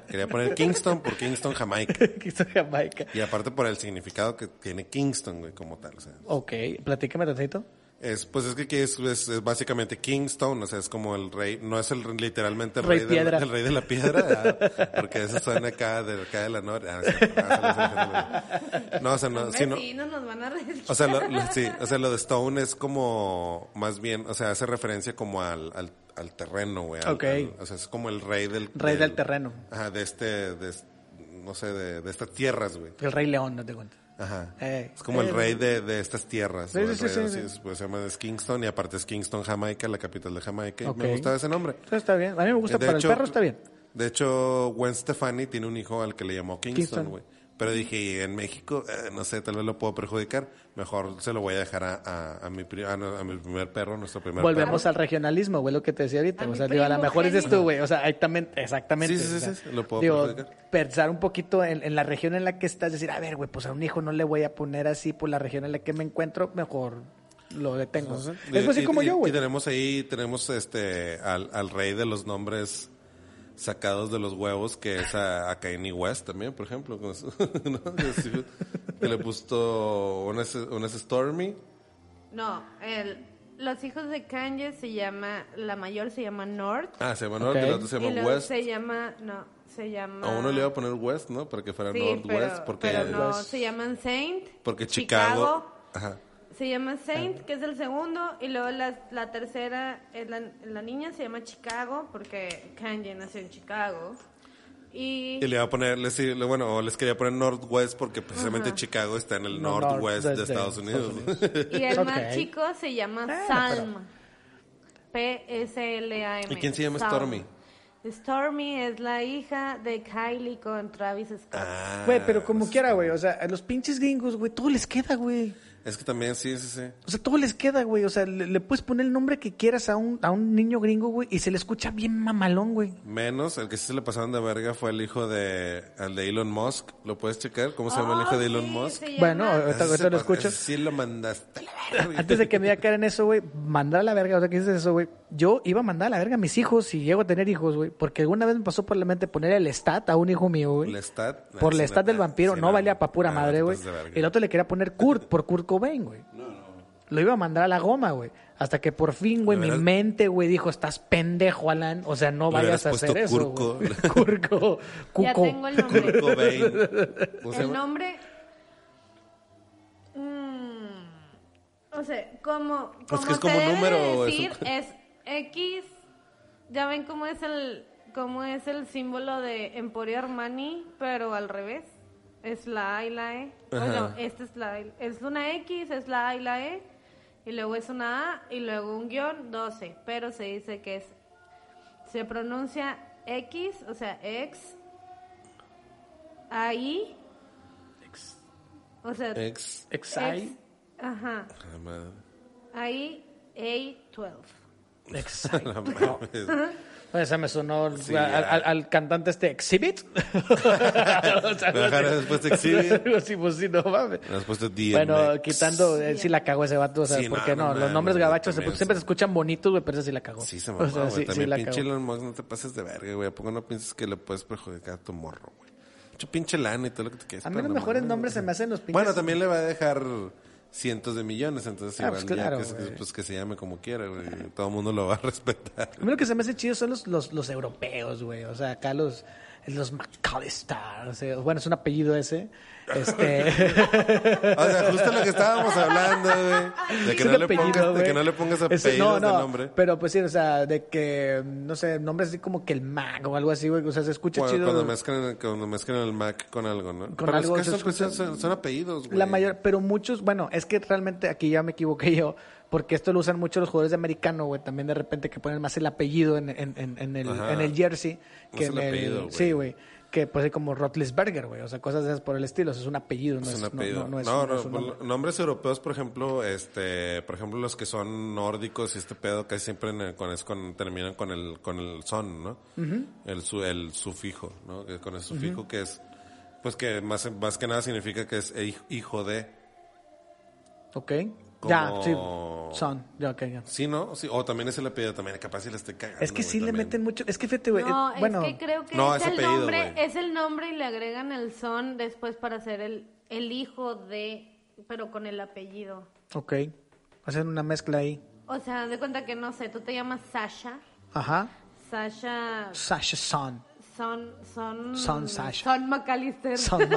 Quería poner Kingston por Kingston, Jamaica. Kingston Jamaica. Y aparte por el significado que tiene Kingston, güey, como tal. O sea, Ok, platícame tantito. es, pues es que aquí es, es- es básicamente Kingston, o sea, es como el rey, no es el literalmente el Rey rey, de, piedra. la, el rey de la piedra, ah, porque eso suena acá de, acá de la norte. Ah, sí, ah, sí, sí, sí, sí. no, o sea, no, Hombre, sino, sí, no nos van a reír. o sea, lo, lo- sí, o sea, lo de Stone es como, más bien, o sea, hace referencia como al, al, al terreno, güey. al- Ok. al- o sea, es como el rey del... Rey del terreno. Ajá, de este, de, es- no sé, de, de estas tierras, güey. El Rey León, no te cuento. Ajá. Eh, es como eh, el rey de, de estas tierras. Sí, ¿no? sí, El sí, rey, sí, así sí. es, pues, se llama es Kingston y aparte es Kingston, Jamaica, la capital de Jamaica. y Ok. Me gustaba ese nombre. Entonces está bien. A mí me gusta, Eh, de para hecho, el perro está bien. De hecho, Gwen Stefani tiene un hijo al que le llamó Kingston, Kingston. güey. Pero dije, "Y en México, Eh, no sé, tal vez lo puedo perjudicar. Mejor se lo voy a dejar a, a- a mi, pri- a, no- a mi primer perro, nuestro primer Volvemos perro. al regionalismo, güey, lo que te decía ahorita. A o mi sea, digo, a lo primo mejor dices genio. tú, güey. O sea, exactamente. exactamente Sí, sí, sí, o sea, sí, lo puedo digo, perjudicar. pensar un poquito en, en la región en la que estás. Decir, a ver, güey, pues a un hijo no le voy a poner así por la región en la que me encuentro. Mejor lo detengo. Entonces, es pues digo, así y- como y- yo, y, güey. tenemos ahí, tenemos este, al, al rey de los nombres sacados de los huevos, que es a, a Kanye West también, por ejemplo. con su- ¿no? Que sí, que le puso una, es- una es Stormy. No, el, los hijos de Kanye se llama, la mayor se llama North. Ah, se llama North, Ok. y el otro se y llama luego West. se llama, no, se llama... A uno le iba a poner West, ¿no? Para que fuera Ah. Sí, Northwest, pero- porque, pero no, West. se llaman Saint. porque Chicago. Ajá. Se llama Saint, que es el segundo, y luego la, la tercera, es la, la niña se llama Chicago, porque Kanye nació en Chicago. Y, Y le iba a poner, les, sí, le- bueno, o les quería poner Northwest porque precisamente Chicago está en el No, Northwest North de de- Estados de Unidos. y el Ok. más chico se llama Ah, Salm. P-S-L-A-M. ¿Y quién se llama Salm. Stormy? Stormy es la hija de Kylie con Travis Scott. Ah, Güey, pero como pues, quiera, güey. O sea, a los pinches gringos, güey, todo les queda, güey. Ah, Es que también, sí, sí, sí. O sea, todo les queda, güey. O sea, le, le puedes poner el nombre que quieras a un, a un niño gringo, güey, y se le escucha bien mamalón, güey. Menos, el que sí se le pasaron de verga fue el hijo de, al de Elon Musk. ¿Lo puedes checar? ¿Cómo se llama el hijo Oh, de Elon sí, Musk? se llama- Bueno, eh, ahorita, Ese ahorita se lo pas- escucho. ese sí lo mandaste. a la verga. Antes de que me vaya a caer en eso, güey, mandar a la verga. O sea, ¿qué dices eso, güey? Yo iba a mandar a la verga a mis hijos si llego a tener hijos, güey. Porque alguna vez me pasó por la mente poner el stat a un hijo mío, güey. Lestat. Nah, Por sí, el stat nah, del vampiro. sí, no nah, valía pa' pura nah, madre, güey. estás de verga. El otro le quería poner Kurt por Kurt Cobain, güey. Lo iba a mandar a la goma, güey. Hasta que por fin, güey, Le mi hubieras- mente, güey, dijo, estás pendejo, Alan. O sea, no Le vayas hubieras a puesto hacer eso, Curco. güey. Curco. Cuco. Ya tengo el nombre. Kurt Cobain. ¿Cómo se El llama? nombre. Mm, o sea, como, como que es se como un debe de número, es decir, un- es X. Ya ven cómo es el cómo es el símbolo de Emporio Armani, pero al revés. Es la A y la E. Bueno, Ajá. esta es la E. es una X, es la A y la E. Y luego es una A y luego un guión 12, pero se dice que es se pronuncia X, o sea, X AI o sea, Ex. Exai. Ex- Ajá. Ah, madre. Ahí, A12. Exacto. No mames. Esa me sonó Sí, al, al- ya. al- al cantante este Exhibit. O sea, Lo dejaron después de Exhibit. algo así, pues sí, no mames. Le has puesto DMX. Bueno, quitando, eh, sí la cagó ese vato, o sea, Sí, porque no, no, no los mames, nombres güey, gabachos se- también, siempre sí. se escuchan bonitos, güey, pero ese sí la cagó. Sí, se mamó, O sea, güey. sí, sí También la pinche cagó. Elon Musk, no te pases de verga, güey. ¿A poco no piensas que le puedes perjudicar a tu morro, güey? Mucho pinche lana y todo lo que te quieras. A mí pero los no mejores mames, nombres güey. se me hacen los pinches- Bueno, también le va a dejar cientos de millones, entonces Ah, igual pues claro, ya que, güey. pues, que se llame como quiera, güey. Todo el mundo lo va a respetar. A mí lo que se me hace chido son los, los, los europeos, güey. O sea, acá los, los McAllister. o sea, bueno, es un apellido ese. Este, O sea, justo lo que estábamos hablando, güey. De es que, un no le, apellido, pongas, de que güey. no le pongas Ese- apellidos no, no, de nombre. Pero pues sí, o sea, de que, no sé, nombres así como que el Mac o algo así, güey. O sea, se escucha Cuando, chido. cuando mezclan, cuando mezclan el Mac con algo, ¿no? Pero algo es que se son, pues, escucha- son- son apellidos, güey. La mayor, pero muchos, bueno, es que realmente aquí ya me equivoqué yo, porque esto lo usan mucho los jugadores de americano, güey, también de repente que ponen más el apellido en, en, en, en el, Ajá. en el jersey que Es el en el, apellido, güey. sí, güey, que pues hay como Rotlisberger, güey, o sea, cosas de esas por el estilo, o sea, es un apellido, no Es es, un no- apellido. no- no es- No, no no, pues, es un por- nombre. nombres europeos, por ejemplo, este, por ejemplo, los que son nórdicos y este pedo casi siempre en el- con, es con, terminan con el, con el son, ¿no? El su, el sufijo, ¿no? Que Con el sufijo que es, pues que más, más que nada significa que es hij- hijo de, Ok, Como- ya, sí, son, ya, ok, ya. ¿sí, no? Sí, o también es el apellido también, capaz si le esté cagando. Es que güey, sí le también. meten mucho, es que fíjate, güey, No, eh, es bueno, que creo que No, es, es el apellido, nombre, güey. es el nombre y le agregan el son después para hacer el, el hijo de, pero con el apellido. ok, hacen una mezcla ahí, O sea, haz de cuenta que no sé, tú te llamas Sasha. ajá, Sasha Sasha Son, son son Son Sasha. Son McAllister. Son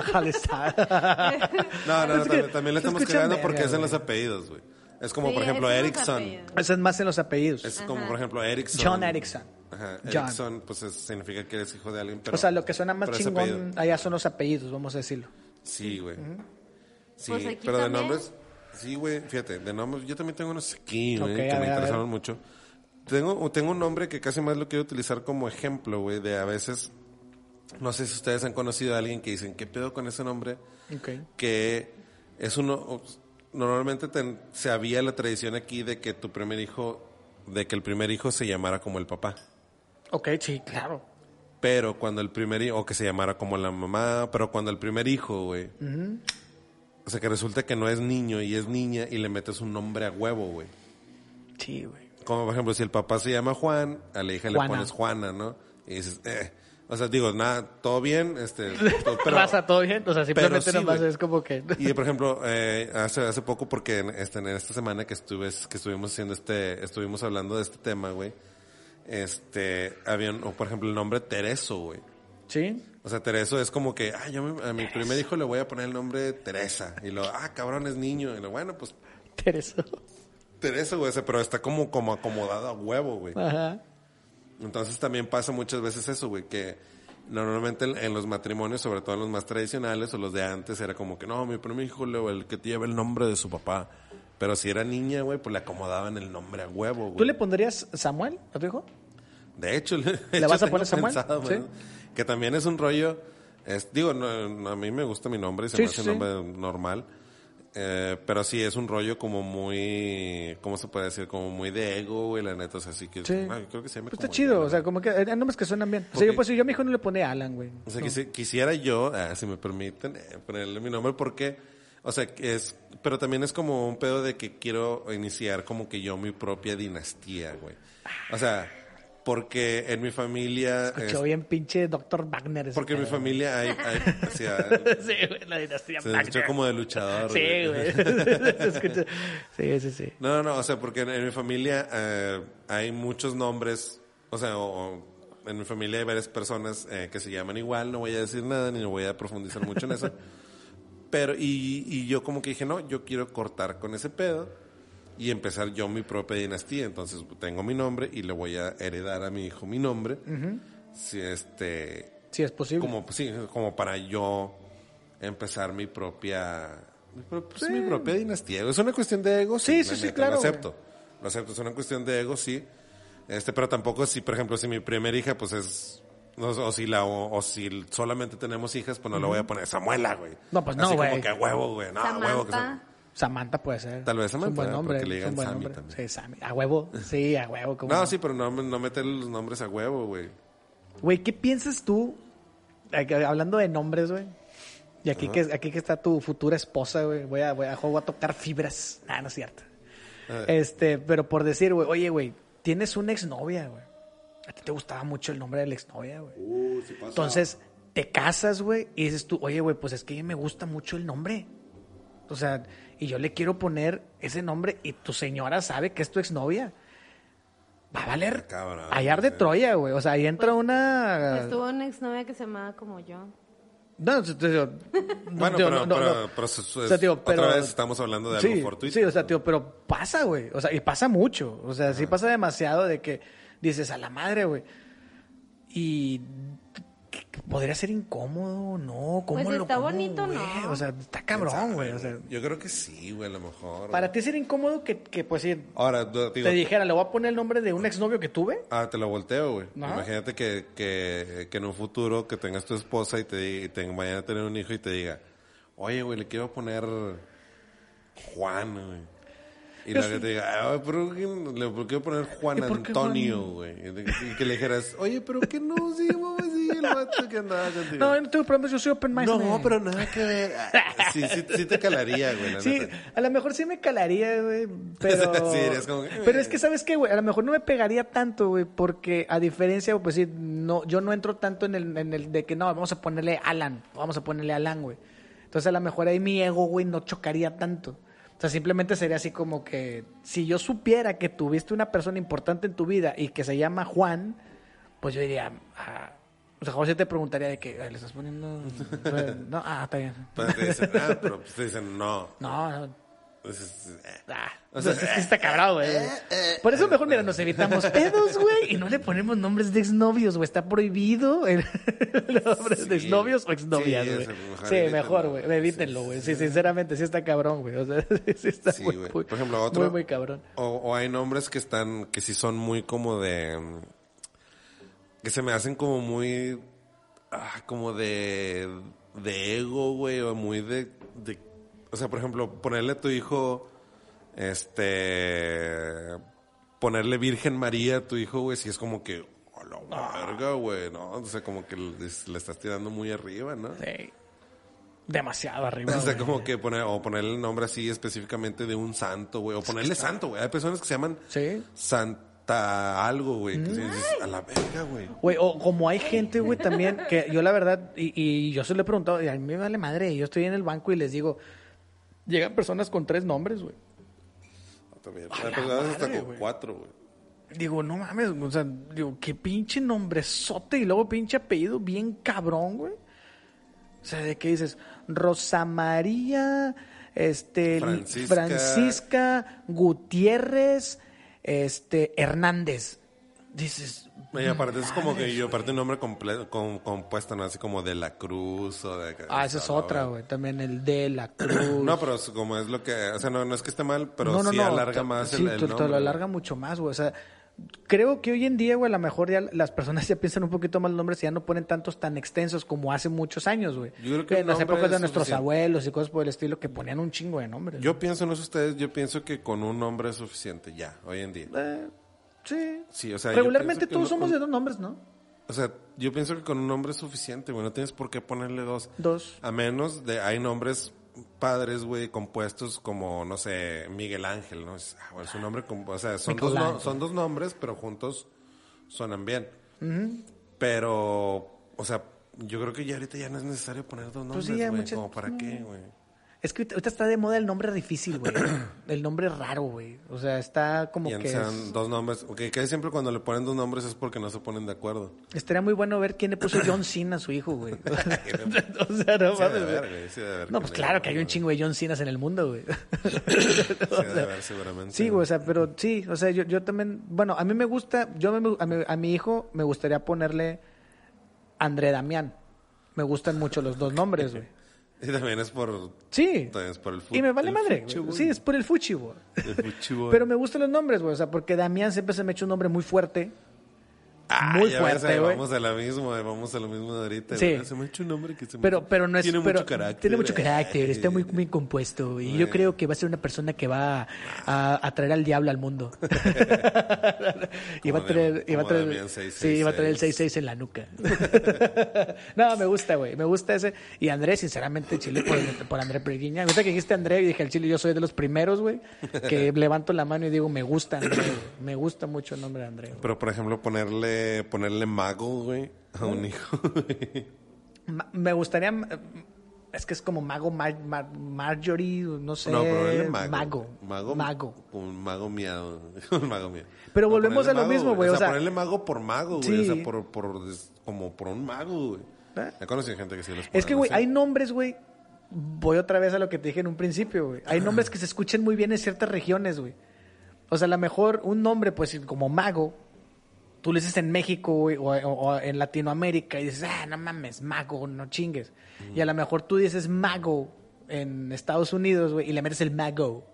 McAllister. No, no, Es no, que también, también le se estamos escucha cagando verga, porque es en güey. los apellidos, güey. Es como, Sí, por ejemplo, es en los Erickson. apellidos. Eso es más en los apellidos. Es como, por ejemplo, Erickson. John Erickson. Ajá, John. Erickson, pues es- significa que eres hijo de alguien, pero... o sea, lo que suena más pero es chingón apellido. allá son los apellidos, vamos a decirlo. Sí, güey. Sí, Pues aquí pero de también. nombres... Sí, güey, fíjate, de nombres... Yo también tengo unos aquí, güey, Ok, que a me ver, a interesaron mucho. Tengo, tengo un nombre que casi más lo quiero utilizar como ejemplo, güey, de a veces... No sé si ustedes han conocido a alguien que dicen, ¿qué pedo con ese nombre? Ok. que es uno normalmente ten- se había la tradición aquí de que tu primer hijo de que el primer hijo se llamara como el papá Ok, sí, claro. pero cuando el primer hijo o que se llamara como la mamá pero cuando el primer hijo güey o sea que resulta que no es niño y es niña y le metes un nombre a huevo güey Sí, güey. como por ejemplo si el papá se llama Juan a la hija Juana. le pones Juana no y dices eh. o sea digo nada todo bien este todo- pero- Pasa todo bien, o sea, pero simplemente sí, nomás güey. es como que... Y por ejemplo, eh, hace, hace poco, porque en, este- en esta semana que estuve, que estuvimos haciendo este, estuvimos hablando de este tema, güey. Este, había, un- o por ejemplo, el nombre Tereso, güey. ¿Sí? O sea, Tereso es como que, ah, yo me- a mi primer hijo le voy a poner el nombre Teresa. Y lo, ah, cabrón, es niño. Y lo, bueno, pues, Tereso. Tereso, güey. o sea, Pero está como, como acomodado a huevo, güey. Ajá. Entonces también pasa muchas veces eso, güey, que normalmente en, en los matrimonios, sobre todo en los más tradicionales o los de antes, era como que no, mi primer hijo, luego el que lleva el nombre de su papá. Pero si era niña, güey, pues le acomodaban el nombre a huevo, güey. ¿Tú le pondrías Samuel a tu hijo? De hecho, le ¿Le vas a poner Samuel? Sí. Que también es un rollo. es- digo, no, no, a mí me gusta mi nombre y se Sí, me hace sí. un nombre normal. Eh, pero sí, es un rollo como muy. ¿Cómo se puede decir? Como muy de ego, güey, la neta. O sea, así que. Sí. ay, creo que se llama Pues está como- chido, o sea, como que hay nombres que suenan bien. O sea, Ok. yo pues yo a mi hijo no le pone Alan, güey. O sea, No. quisi- quisiera yo, ah, si me permiten, eh, ponerle mi nombre porque, o sea, que es, pero también es como un pedo de que quiero iniciar como que yo mi propia dinastía, güey. O sea, porque en mi familia, es- Escuchó bien pinche Dr. Wagner. ese porque en mi pedo. familia hay, hay o sea, Sí, güey, la dinastía se Wagner. escuchó como de luchador. Sí, güey. Se escucha- sí, sí, sí. No, no, no, o sea, porque en, en mi familia eh, hay muchos nombres, o sea, o- o en mi familia hay varias personas eh, que se llaman igual, no voy a decir nada ni voy a profundizar mucho en eso. Pero, y, y yo como que dije, no, yo quiero cortar con ese pedo y empezar yo mi propia dinastía. Entonces tengo mi nombre y le voy a heredar a mi hijo mi nombre. Si este, Sí, es posible. como, pues, sí, como para yo empezar mi propia mi pro- pues, mi propia dinastía. Es una cuestión de ego, Sí, la sí, sí, neta, claro, Lo güey. acepto. Lo acepto, es una cuestión de ego, sí. Este, pero tampoco si, por ejemplo, si mi primera hija pues es no, o si la o, o si solamente tenemos hijas, pues no le voy a poner Samuela, güey. No, pues no, Así güey. como que a Ah, huevo, güey. No, a huevo que Samantha. Samantha puede ser. Tal vez Es un Samantha, buen nombre, porque le es digan un buen Sammy nombre. también. Sí, Sammy. A huevo. Sí, a huevo. ¿cómo No, sí, pero no, no meter los nombres a huevo, güey. Güey, ¿qué piensas tú? Ay, que- Hablando de nombres, güey. Y aquí que, aquí que está tu futura esposa, güey. Voy a, voy a, juego a tocar fibras. Nah, no es cierto. Este, pero por decir, güey, oye, güey, tienes una exnovia, güey. A ti te gustaba mucho el nombre de la exnovia, güey. Entonces, te casas, güey, y dices tú, oye, güey, pues es que me gusta mucho el nombre. O sea, y yo le quiero poner ese nombre y tu señora sabe que es tu exnovia. Va a valer Cabrón, hallar de sí. Troya, güey. O sea, ahí entra una... Pues tuvo una exnovia que se llamaba como yo. No, te- te digo, Bueno, digo, pero, no, no, pero- no. pero eso O es- sea, digo, pero- otra vez estamos hablando de sí, algo fortuito. Sí, o sea, tío, pero pasa, güey. O sea, y pasa mucho. O sea, sí pasa demasiado de que dices a la madre, güey. Y ¿qué- qué- podría ser incómodo, ¿no? ¿Cómo Pues lo está como, bonito, güey? ¿no? O sea, está cabrón, güey. O sea, Yo creo que sí, güey, a lo mejor. para güey. ti sería incómodo que, que, pues, si Ahora, do- digo, te dijera, le voy a poner el nombre de un exnovio que tuve. Ah, te lo volteo, güey. Ajá. Imagínate que, que, que en un futuro que tengas tu esposa y te, diga- y te vayan a tener un hijo y te diga, oye, güey, le quiero poner Juan, güey. Y luego que te diga, "Ay, pero que le le quiero poner Juan ¿Y por qué Antonio, Juan? güey. Y te- Y que le dijeras, oye, pero que no, sí, mamá, sí, el vato que andaba contigo. No, no tengo problemas, yo soy open mind. No, man. pero nada que ver. Ah, Sí, sí, sí te calaría, güey. la Sí, neta. a lo mejor sí me calaría, güey, pero... Sí, eres como que, "Eh". güey. Pero es que, ¿sabes qué, güey? A lo mejor no me pegaría tanto, güey, porque a diferencia, pues sí, no, yo no entro tanto en el, en el de que, no, vamos a ponerle Alan, vamos a ponerle Alan, güey. Entonces, a lo mejor ahí mi ego, güey, no chocaría tanto. O sea, simplemente sería así como que si yo supiera que tuviste una persona importante en tu vida y que se llama Juan, pues yo diría, ah, o sea, José te preguntaría de que, "Ay, le estás poniendo... No, ah, está bien. Pero te dicen, ah, pero pues te dicen, no. No, no, Entonces, eh. Ah, O sea, pues es que está cabrón, güey. Por eso mejor, mira, nos evitamos pedos, güey, y no le ponemos nombres de exnovios, güey. Está prohibido el, el nombre de exnovios o exnovias, Sí, güey. eso, pues, mejor Sí, evítenlo. mejor, güey. Evítenlo, güey. Sí, sinceramente, sí está cabrón, güey. O sea, sí está Sí, muy, güey. muy- Por ejemplo, otro. muy, muy cabrón. O, o hay nombres que están, que sí son muy como de. mm, que se me hacen como muy. ah, como de. de ego, güey, o muy de, de- O sea, por ejemplo, ponerle a tu hijo. este. ponerle Virgen María a tu hijo, güey, si es como que. A la Ah. verga, güey, ¿no? O sea, como que le, le estás tirando muy arriba, ¿no? Sí. Demasiado arriba. O sea, güey. como que poner, o ponerle el nombre así específicamente de un santo, güey. O ponerle santo, güey. Hay personas que se llaman Sí. Santa algo, güey. Que se- dices, a la verga, güey. Güey, o como hay gente, güey, también, que yo la verdad, y, y yo se lo he preguntado, y a mí me vale madre, yo estoy en el banco y les digo, llegan personas con tres nombres, güey. Otra vez. Hay personas hasta madre, con güey. cuatro, güey. Digo, no mames, o sea, digo, qué pinche nombrezote y luego pinche apellido bien cabrón, güey. O sea, de qué dices, Rosa María, este, L- Francisca. Francisca Gutiérrez, este, Hernández. Dices, Y aparte es como que yo, aparte un nombre comple- con- compuesto, ¿no? Así como de la cruz o de... ah, esa es otra, güey, también el de la cruz. No, pero es como es lo que... O sea, no, no es que esté mal, pero No, no, sí no, alarga te- más sí, el, te- el te, nombre. lo alarga mucho más, güey. O sea, creo que hoy en día, güey, a lo mejor ya las personas ya piensan un poquito más los nombres y ya no ponen tantos tan extensos como hace muchos años, güey. Eh, Yo creo que en las un nombre épocas de es nuestros suficiente. abuelos y cosas por el estilo que ponían un chingo de nombres. Yo pienso, no sé ustedes, yo pienso que con un nombre es suficiente ya, hoy en día. Eh, sí. Sí, o sea, yo Regularmente pienso que todos no- somos de dos nombres, ¿no? O sea, yo pienso que con un nombre es suficiente, güey. No tienes por qué ponerle dos. Dos. A menos de... Hay nombres padres, güey, compuestos como, no sé, Miguel Ángel, ¿no? Es, ah, bueno, es un nombre... com- O sea, son dos, no- Michelangelo. son dos nombres, pero juntos sonan bien. Pero, o sea, yo creo que ya ahorita ya no es necesario poner dos nombres, Pues sí, ya güey. muchas- Mm, Como para qué, güey. Es que ahorita ahorita está de moda el nombre difícil, güey. el nombre raro, güey. O sea, está como Y que... antes eran es- dos nombres. Ok, que siempre cuando le ponen dos nombres es porque no se ponen de acuerdo. Estaría muy bueno ver quién le puso John Cena a su hijo, güey. o sea, no Sí, ha de mames, güey. haber, güey, sí, ha de haber No, pues que le- claro que hay un chingo de John Cenas en el mundo, güey. Sí, ha de haber, seguramente. Sí, güey, o sea, pero sí, o sea, yo, yo también, bueno, a mí me gusta, yo me- a, mi, a mi hijo me gustaría ponerle André Damián. Me gustan mucho los dos nombres, güey. Y también es por... Sí. También es por el fut- Y me vale el madre, fuchi, güey. güey. Sí, es por el fuchi, güey. el fuchi, güey. Pero me gustan los nombres, güey. O sea, porque Damián siempre se me ha hecho un nombre muy fuerte. Ah, muy ya ves, fuerte, ahí güey. Vamos a lo mismo, ahí vamos a lo mismo de ahorita. Sí. güey. Se me ha hecho un nombre que se me- Pero, pero no es. este Tiene pero- mucho carácter. Tiene mucho carácter, Ay, está muy bien compuesto. Y yo creo que va a ser una persona que va a, a- a traer al diablo al mundo. y va a Como traer. Dam- y va a como traer Damián sí, va a traer el 666. 66 en la nuca. no, me gusta, güey. Me gusta ese. Y Andrés, sinceramente, Chile por, por André Perguiña. Ahorita que dijiste André, dije al Chile, yo soy de los primeros, güey, que levanto la mano y digo, me gusta André. güey. Me gusta mucho el nombre de André. güey. Pero, por ejemplo, ponerle, ponerle mago, güey, a un hijo. güey. Ma- me gustaría. mm, Es que es como Mago Mar- Mar- Marjorie, no sé. no, ponerle mago. Eh, Mago. Mago. Mago. Un mago miado. Un mago miado. Pero No, volvemos ponerle a lo mago, mismo, güey, O o sea, sea- ponerle mago por mago, güey. Sí. O sea, por, por, es como por un mago, güey. ¿Eh? He conocido gente que sí los Es que, ponen güey, así. hay nombres, güey. Voy otra vez a lo que te dije en un principio, güey. Hay nombres que se escuchan muy bien en ciertas regiones, güey. O sea, a lo mejor un nombre, pues, como mago, tú le dices en México, güey, o, o- o en Latinoamérica, y dices, ah, no mames, mago, no chingues. Y a lo mejor tú dices mago en Estados Unidos, güey, y le metes el mago.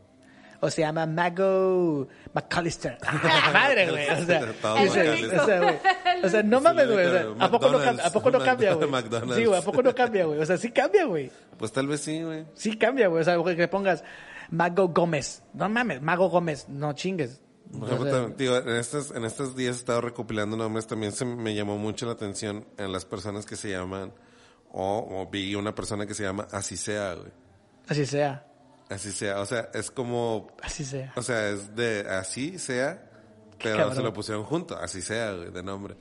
O se llama Mago McAllister. ¡Ah, madre, güey! O sea, Todo dices, McAllister. o sea, güey, o sea, no Sí, mames, güey. o sea, claro, ¿A poco no McDonald's, cambia? ¿A poco no cambia, güey? McDonald's. Sí, güey, ¿a poco no cambia, güey? O sea, sí cambia, güey. Pues tal vez sí, güey. Sí cambia, güey. O sea, güey, que pongas Mago Gómez. No mames, Mago Gómez. No chingues. Por O ejemplo, sea, tam- digo, en estos, en estos días he estado recopilando nombres, también se me llamó mucho la atención en las personas que se llaman, o, o vi una persona que se llama Así sea, güey. así sea. Así sea, o sea, es como, Así sea. o sea, es de Así sea, pero cabrón. se lo pusieron junto, Así sea, güey, de nombre.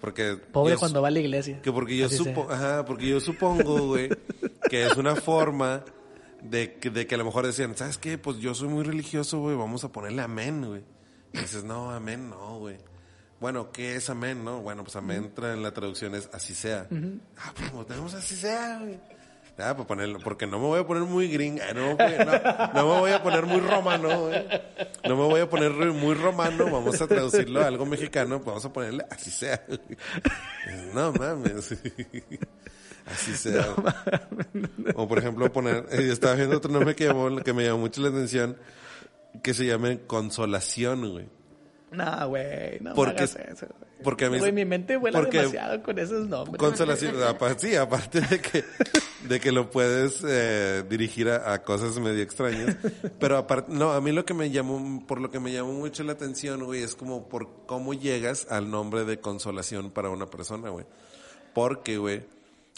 Porque Pobre yo- cuando va a la iglesia. que porque yo Así sea. supo, ajá, porque yo supongo, güey, que es una forma de que, de que a lo mejor decían, ¿sabes qué? Pues yo soy muy religioso, güey, vamos a ponerle amén, güey. Y dices, no, amén, no, güey. Bueno, ¿qué es amén, no? Bueno, pues amén tra- en la traducción es así sea. Ah, pues como tenemos así sea, güey. Ah, pues ponerlo, porque no me voy a poner muy gringa, no, me voy- no, no me voy a poner muy romano, güey. No me voy a poner muy romano, vamos a traducirlo a algo mexicano, pues vamos a ponerle así sea. güey. No mames. Así sea. o por ejemplo poner, eh, estaba viendo otro nombre que, llamó- que me llamó mucho la atención, que se llame Consolación, güey. No, güey. No Porque- porque, hagas eso. güey. porque a mí- Güey, mi mente vuela porque- demasiado con esos nombres. Consolación, apa- sí, aparte de que, de que lo puedes eh, dirigir a, a cosas medio extrañas. Pero aparte, no, a mí lo que me llamó, por lo que me llamó mucho la atención, güey, es como por cómo llegas al nombre de consolación para una persona, güey. Porque, güey,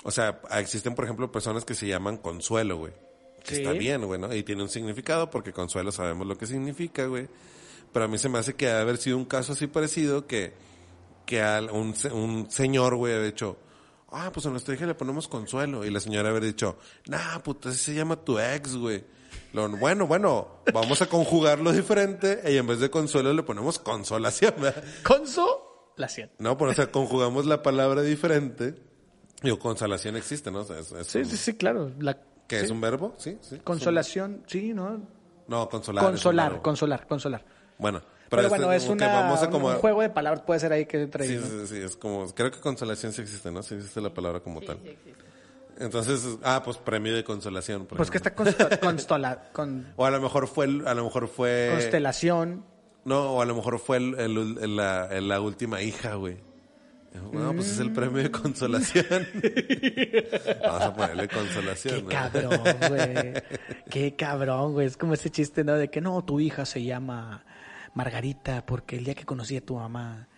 o sea, existen, por ejemplo, personas que se llaman consuelo, güey. Que Sí. está bien, güey, ¿no? Y tiene un significado porque consuelo sabemos lo que significa, güey. Pero a mí se me hace que ha de haber sido un caso así parecido que, que al- un, se- un señor, güey, había dicho, ah, pues a nuestra hija le ponemos consuelo. Y la señora había dicho, nah, puta, así se llama tu ex, güey. Lo- Bueno, bueno, vamos a conjugarlo diferente y en vez de consuelo le ponemos consolación. ¿verdad? Conso, la siento. No, pero o sea, conjugamos la palabra diferente. Digo, consolación existe, ¿no? O sea, es- es Sí, un- sí, sí, claro. La ¿Que es un verbo? Sí, sí. es un- consolación, sí, ¿no? No, consolar. es un Consolar, verbo. consolar, consolar. Bueno, Pero, este bueno, es como que una- vamos a un- como- un juego de palabras, puede ser ahí que traí, Sí, ¿no? sí, sí, es como, creo que consolación sí existe, ¿no? Sí existe la palabra como tal. Entonces, ah, pues premio de consolación. por Pues que ejemplo. está consto- constola, con O a lo mejor fue, el- a lo mejor fue. constelación. No, o a lo mejor fue el, el- el- la, el- la última hija, güey. No, pues Mm. es el premio de consolación. Vamos a ponerle consolación. Qué ¿no? cabrón, güey. Qué cabrón, güey. Es como ese chiste, ¿no? De que no, tu hija se llama Margarita porque el día que conocí a tu mamá,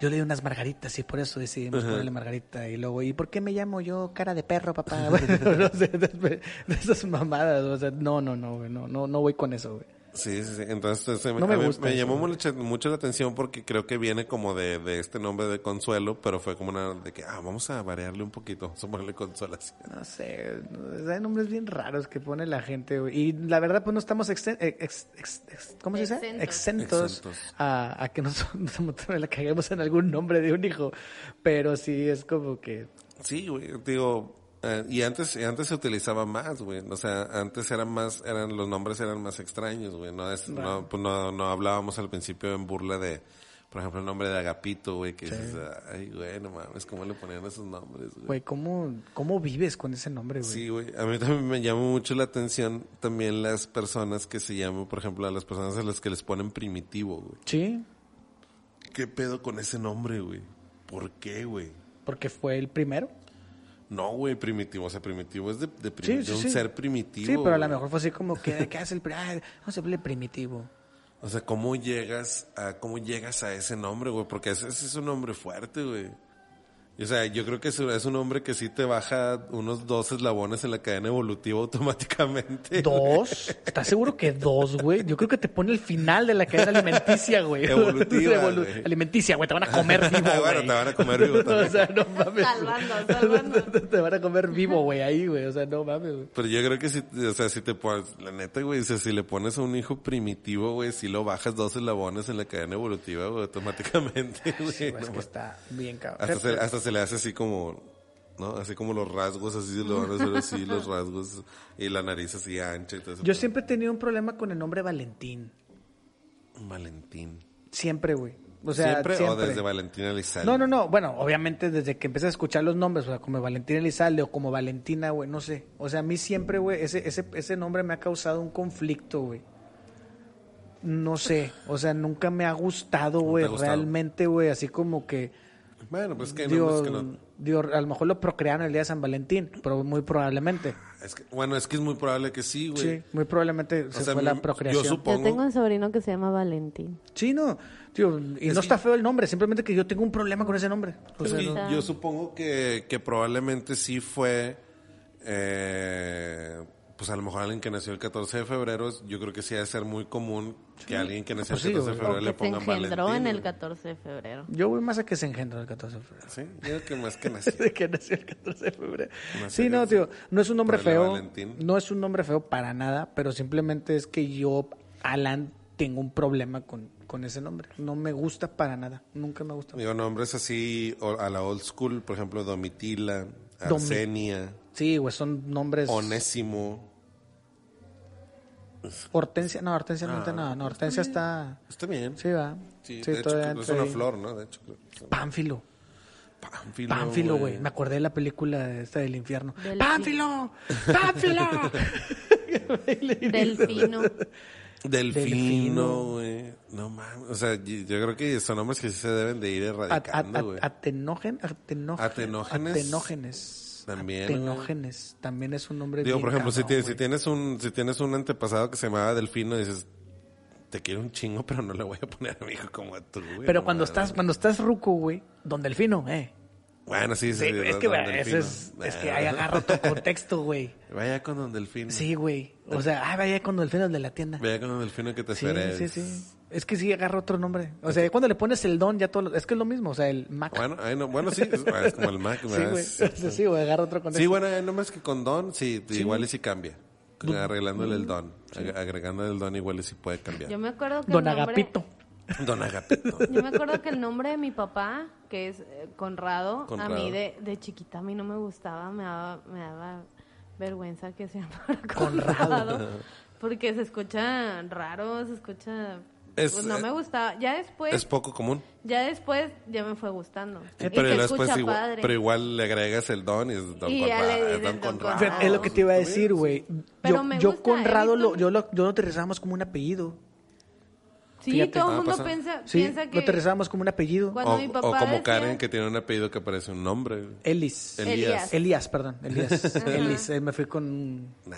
yo le di unas margaritas y por eso decidimos ponerle Margarita. Y luego, ¿y por qué me llamo yo cara de perro, papá? Bueno, no sé, de de esas mamadas. O sea, no, no, no, güey. No, no, no voy con eso, güey. Sí, sí, sí. Entonces se me, No me a mí gusta eso, llamó güey. mucho, mucho la atención porque creo que viene como de, de este nombre de consuelo, pero fue como una de que, ah, vamos a variarle un poquito, vamos a ponerle consolación. No sé, hay nombres bien raros que pone la gente, güey. Y la verdad, pues no estamos exen- ex- ex- ex- ¿cómo se dice? Exentos. Exentos, Exentos. A, a que nos, nos la caguemos en algún nombre de un hijo. Pero sí es como que... Sí, güey, digo, eh, y antes, y antes se utilizaba más, güey. O sea, antes eran más, eran, los nombres eran más extraños, güey. No es, no, pues no, no hablábamos al principio en burla de, por ejemplo, el nombre de Agapito, güey, que dices, ay, güey, no mames, ¿cómo le ponían esos nombres, güey? Pues, Güey, ¿cómo, ¿cómo vives con ese nombre, güey? Sí, güey. A mí también me llama mucho la atención también las personas que se llaman, por ejemplo, a las personas a las que les ponen primitivo, güey. Sí. ¿Qué pedo con ese nombre, güey? ¿Por qué, güey? Porque fue el primero. No, güey, primitivo. O sea, primitivo es de, de prim- Sí, sí, de un sí. ser primitivo. sí, pero a lo güey. mejor fue así como que, ¿qué hace el primero? Vamos a ponerle primitivo. O sea, ¿cómo llegas a, cómo llegas a ese nombre, güey? Porque ese, ese es un nombre fuerte, güey. Y, O sea, yo creo que es un- es un hombre que sí te baja unos dos eslabones en la cadena evolutiva automáticamente. güey. ¿Dos? ¿Estás seguro que dos, güey? Yo creo que te pone el final de la cadena alimenticia, güey. Evolutiva, Evolu- güey. Alimenticia, güey. Te van a comer vivo, Bueno, güey. te van a comer vivo también. o sea, no mames. Salvando, salvando. te van a comer vivo, güey, ahí, güey. O sea, no mames, güey. Pero yo creo que si, o sea, si te pones, la neta, güey, o sea, si le pones a un hijo primitivo, güey, si lo bajas dos eslabones en la cadena evolutiva, güey, automáticamente, güey. Sí, güey, es no que más. está bien, cabrón. hasta, se, hasta se le hace así como, ¿no? Así como los rasgos, así lo van a hacer así, los rasgos y la nariz así ancha y todo eso. Yo siempre he tenido un problema con el nombre Valentín. Valentín. Siempre, güey. O sea, ¿Siempre, siempre. o desde Valentín Elizalde? No, no, no. Bueno, obviamente desde que empecé a escuchar los nombres, o sea, como Valentina Elizalde o como Valentina, güey, no sé. O sea, a mí siempre, güey, ese, ese, ese nombre me ha causado un conflicto, güey. No sé. O sea, nunca me ha gustado, te ha güey, gustado? realmente, güey. Así como que. Bueno, pues es que hay digo, nombres que no. digo, a lo mejor lo procrearon el día de San Valentín, pero muy probablemente. Es que, bueno, es que es muy probable que sí, güey. Sí, muy probablemente se sea, fue mi- la yo procreación. sup- Yo Pongo- tengo un sobrino que se llama Valentín. Sí, no. Tío, y no está feo el nombre, simplemente que yo tengo un problema con ese nombre. O Es sea, que no- Yo supongo que, que probablemente sí fue, eh, pues a lo mejor alguien que nació el 14 de febrero, es- yo creo que sí ha de ser muy común que alguien que nació pues sí, el 14 de güey. febrero O le que se pongan engendró Valentín. en el güey. 14 de febrero. Yo voy más a que se engendró el 14 de febrero. Sí, yo creo que más que nació. de que nació el 14 de febrero. Nació Sí, el no, 14. tío, no es un nombre Para la feo. Valentín. No es un nombre feo para nada, pero simplemente es que yo, Alan, tengo un problema con, con ese nombre. No me gusta para nada. Nunca me ha gustado. Digo, nombres así o- a la old school, por ejemplo, Domitila, Domi- Arsenia, Sí, güey, son nombres. Onésimo. Hortensia, no, Hortensia no, no, no, Hortensia está. Ah, Está bien. Sí, va. Sí, Sí, de hecho, todavía es entra una ahí. flor, ¿no? De hecho, creo que es- Pánfilo. Pánfilo. Pánfilo, eh, güey. Me acordé de la película de esta del infierno. Del ¡Pánfilo! ¡Pánfilo! Delfino, Delfino. Delfino. güey. No mames. O sea, y- yo creo que son nombres que sí se deben de At- ir at- erradicando, güey. at- Atenogen, atenógenes. Atenógenes. Atenógenes. También, Atenógenes. También es un nombre. Digo, bien por ejemplo, si cabrón, tienes, si güey. tienes un, si tienes un antepasado que se llamaba Delfino, dices, te quiero un chingo, pero no le voy a poner a mi hijo como a tú, güey. Pero No cuando mames. estás, cuando estás ruco, güey, Don Delfino, eh. Bueno, sí, sí. Sí, es que, Don güey, eso Delfino. es, es que Ah. ahí agarro tu contexto, güey. Vaya con Don Delfino. Sí, güey. O sea, ah, vaya con Don Delfino el de la tienda. Vaya con Don Delfino que te Sí, esperes. sí, sí. Es que sí agarro otro nombre. O sea, cuando le pones el don, ya todo. lo- Es que es lo mismo, o sea, el Mac. Bueno, ahí no, bueno, sí, es, es como el Mac, sí, ¿verdad? güey. Sí. Sí, sí, güey, agarro otro contexto. Sí, bueno, eh, no más que con Don, sí, igual y si cambia. Pues, Arreglándole mm, el Don. ag- Agregándole el Don, igual y si puede cambiar. Yo me acuerdo que Don el nombre- Agapito. Don Agapito. Yo me acuerdo que el nombre de mi papá, que es eh, Conrado, Conrado. a mí de, de chiquita a mí no me gustaba, me daba, me daba vergüenza que se llamara Conrado. Porque se escucha raro, se escucha... Es, pues, no eh, me gustaba. Ya después, Es poco común. ya después, ya me fue gustando. Y Pero, se después escucha igual, padre. pero igual le agregas el Don y es Don Y ya Conrado. le es dices don Don Conrado. Conrado. Es lo que te iba a decir, güey. Pero Yo, me yo gusta, Conrado he lo, visto- yo lo, yo lo aterrizamos como un apellido. sí, fíjate. todo Ah, el mundo pasa. piensa, Sí, piensa que... lo aterrizamos como un apellido. cuando O, mi o papá como decía- Karen, que tiene un apellido que parece un nombre. Elis. Elías. Elías. Elías, perdón. Elías. Elías. eh, me fui con. Nah,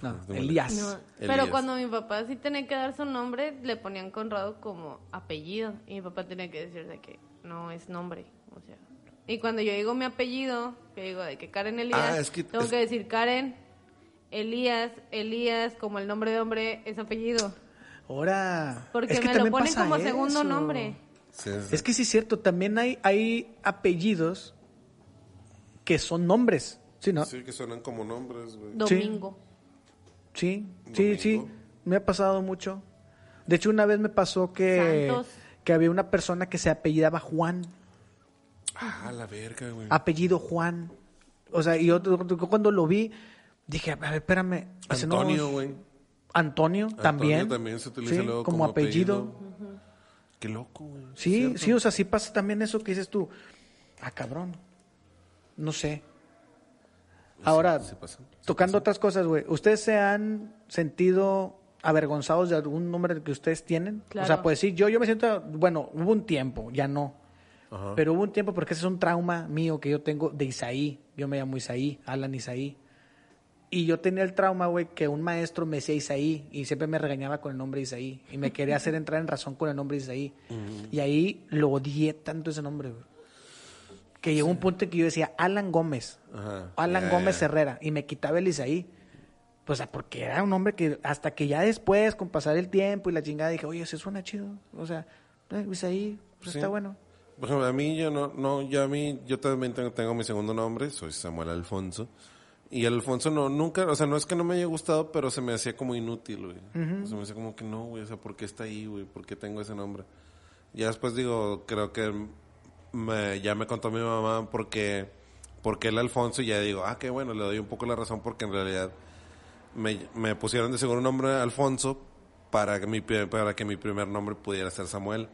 No, es muy- Elías. No, Elías. pero cuando mi papá sí tenía que dar su nombre, le ponían Conrado como apellido. Y mi papá tenía que decir de que no es nombre. O sea, y cuando yo digo mi apellido, que digo de que Karen Elías, Ah, es que- tengo es- que decir Karen, Elías, Elías, como el nombre de hombre es apellido. Ahora. Porque es que me lo también ponen pasa como eso. segundo nombre. Sí, sí. Es que sí es cierto, también hay, hay apellidos que son nombres. Sí, ¿no? Sí, Sí, que suenan como nombres, güey. Domingo. sí, sí. Domingo. Me ha pasado mucho. De hecho, una vez me pasó que, Santos. que había una persona que se apellidaba Juan. Ah, la verga, güey. apellido Juan. O sea, y yo, yo cuando lo vi, dije, a ver, espérame. ese pues, no Antonio, es- güey. Antonio, también. también se utiliza Sí, luego como, como apellido. apellido. Qué loco, güey. Sí, ¿Cierto? sí, o sea, sí pasa también eso que dices tú. Ah, cabrón. No sé. Ahora, Pues sí pasa, sí tocando otras cosas, güey. ¿Ustedes se han sentido avergonzados de algún nombre que ustedes tienen? O sea, Claro. pues sí, yo, yo me siento, bueno, hubo un tiempo, ya no. Pero hubo un tiempo, porque ese es un trauma mío que yo tengo de Isaí. Yo me llamo Isaí, Alan Isaí. Y yo tenía el trauma, güey, que un maestro me decía Isaí y siempre me regañaba con el nombre Isaí y me quería hacer entrar en razón con el nombre Isaí. Y ahí lo odié tanto ese nombre, güey. Que llegó un punto en que yo decía Alan Gómez, Ajá. Alan Ya, Gómez ya. Herrera y me quitaba el Isaí. Pues ah, porque era un hombre que hasta que ya después, con pasar el tiempo y la chingada, dije, oye, se suena chido. O sea, eh, Isaí, pues Sí. está bueno. Por ejemplo, a mí yo no, no, yo a mí, yo también tengo, tengo mi segundo nombre, soy Samuel Alfonso. Y el Alfonso no, nunca, o sea, no es que no me haya gustado, pero se me hacía como inútil, güey. Se me hacía como que no, güey, o sea, ¿por qué está ahí, güey? ¿Por qué tengo ese nombre? Ya después digo, creo que me- ya me contó mi mamá porque, porque el Alfonso y ya digo, ah, qué bueno, le doy un poco la razón porque en realidad me, me pusieron de seguro un nombre Alfonso para que mi, pri- para que mi primer nombre pudiera ser Samuel.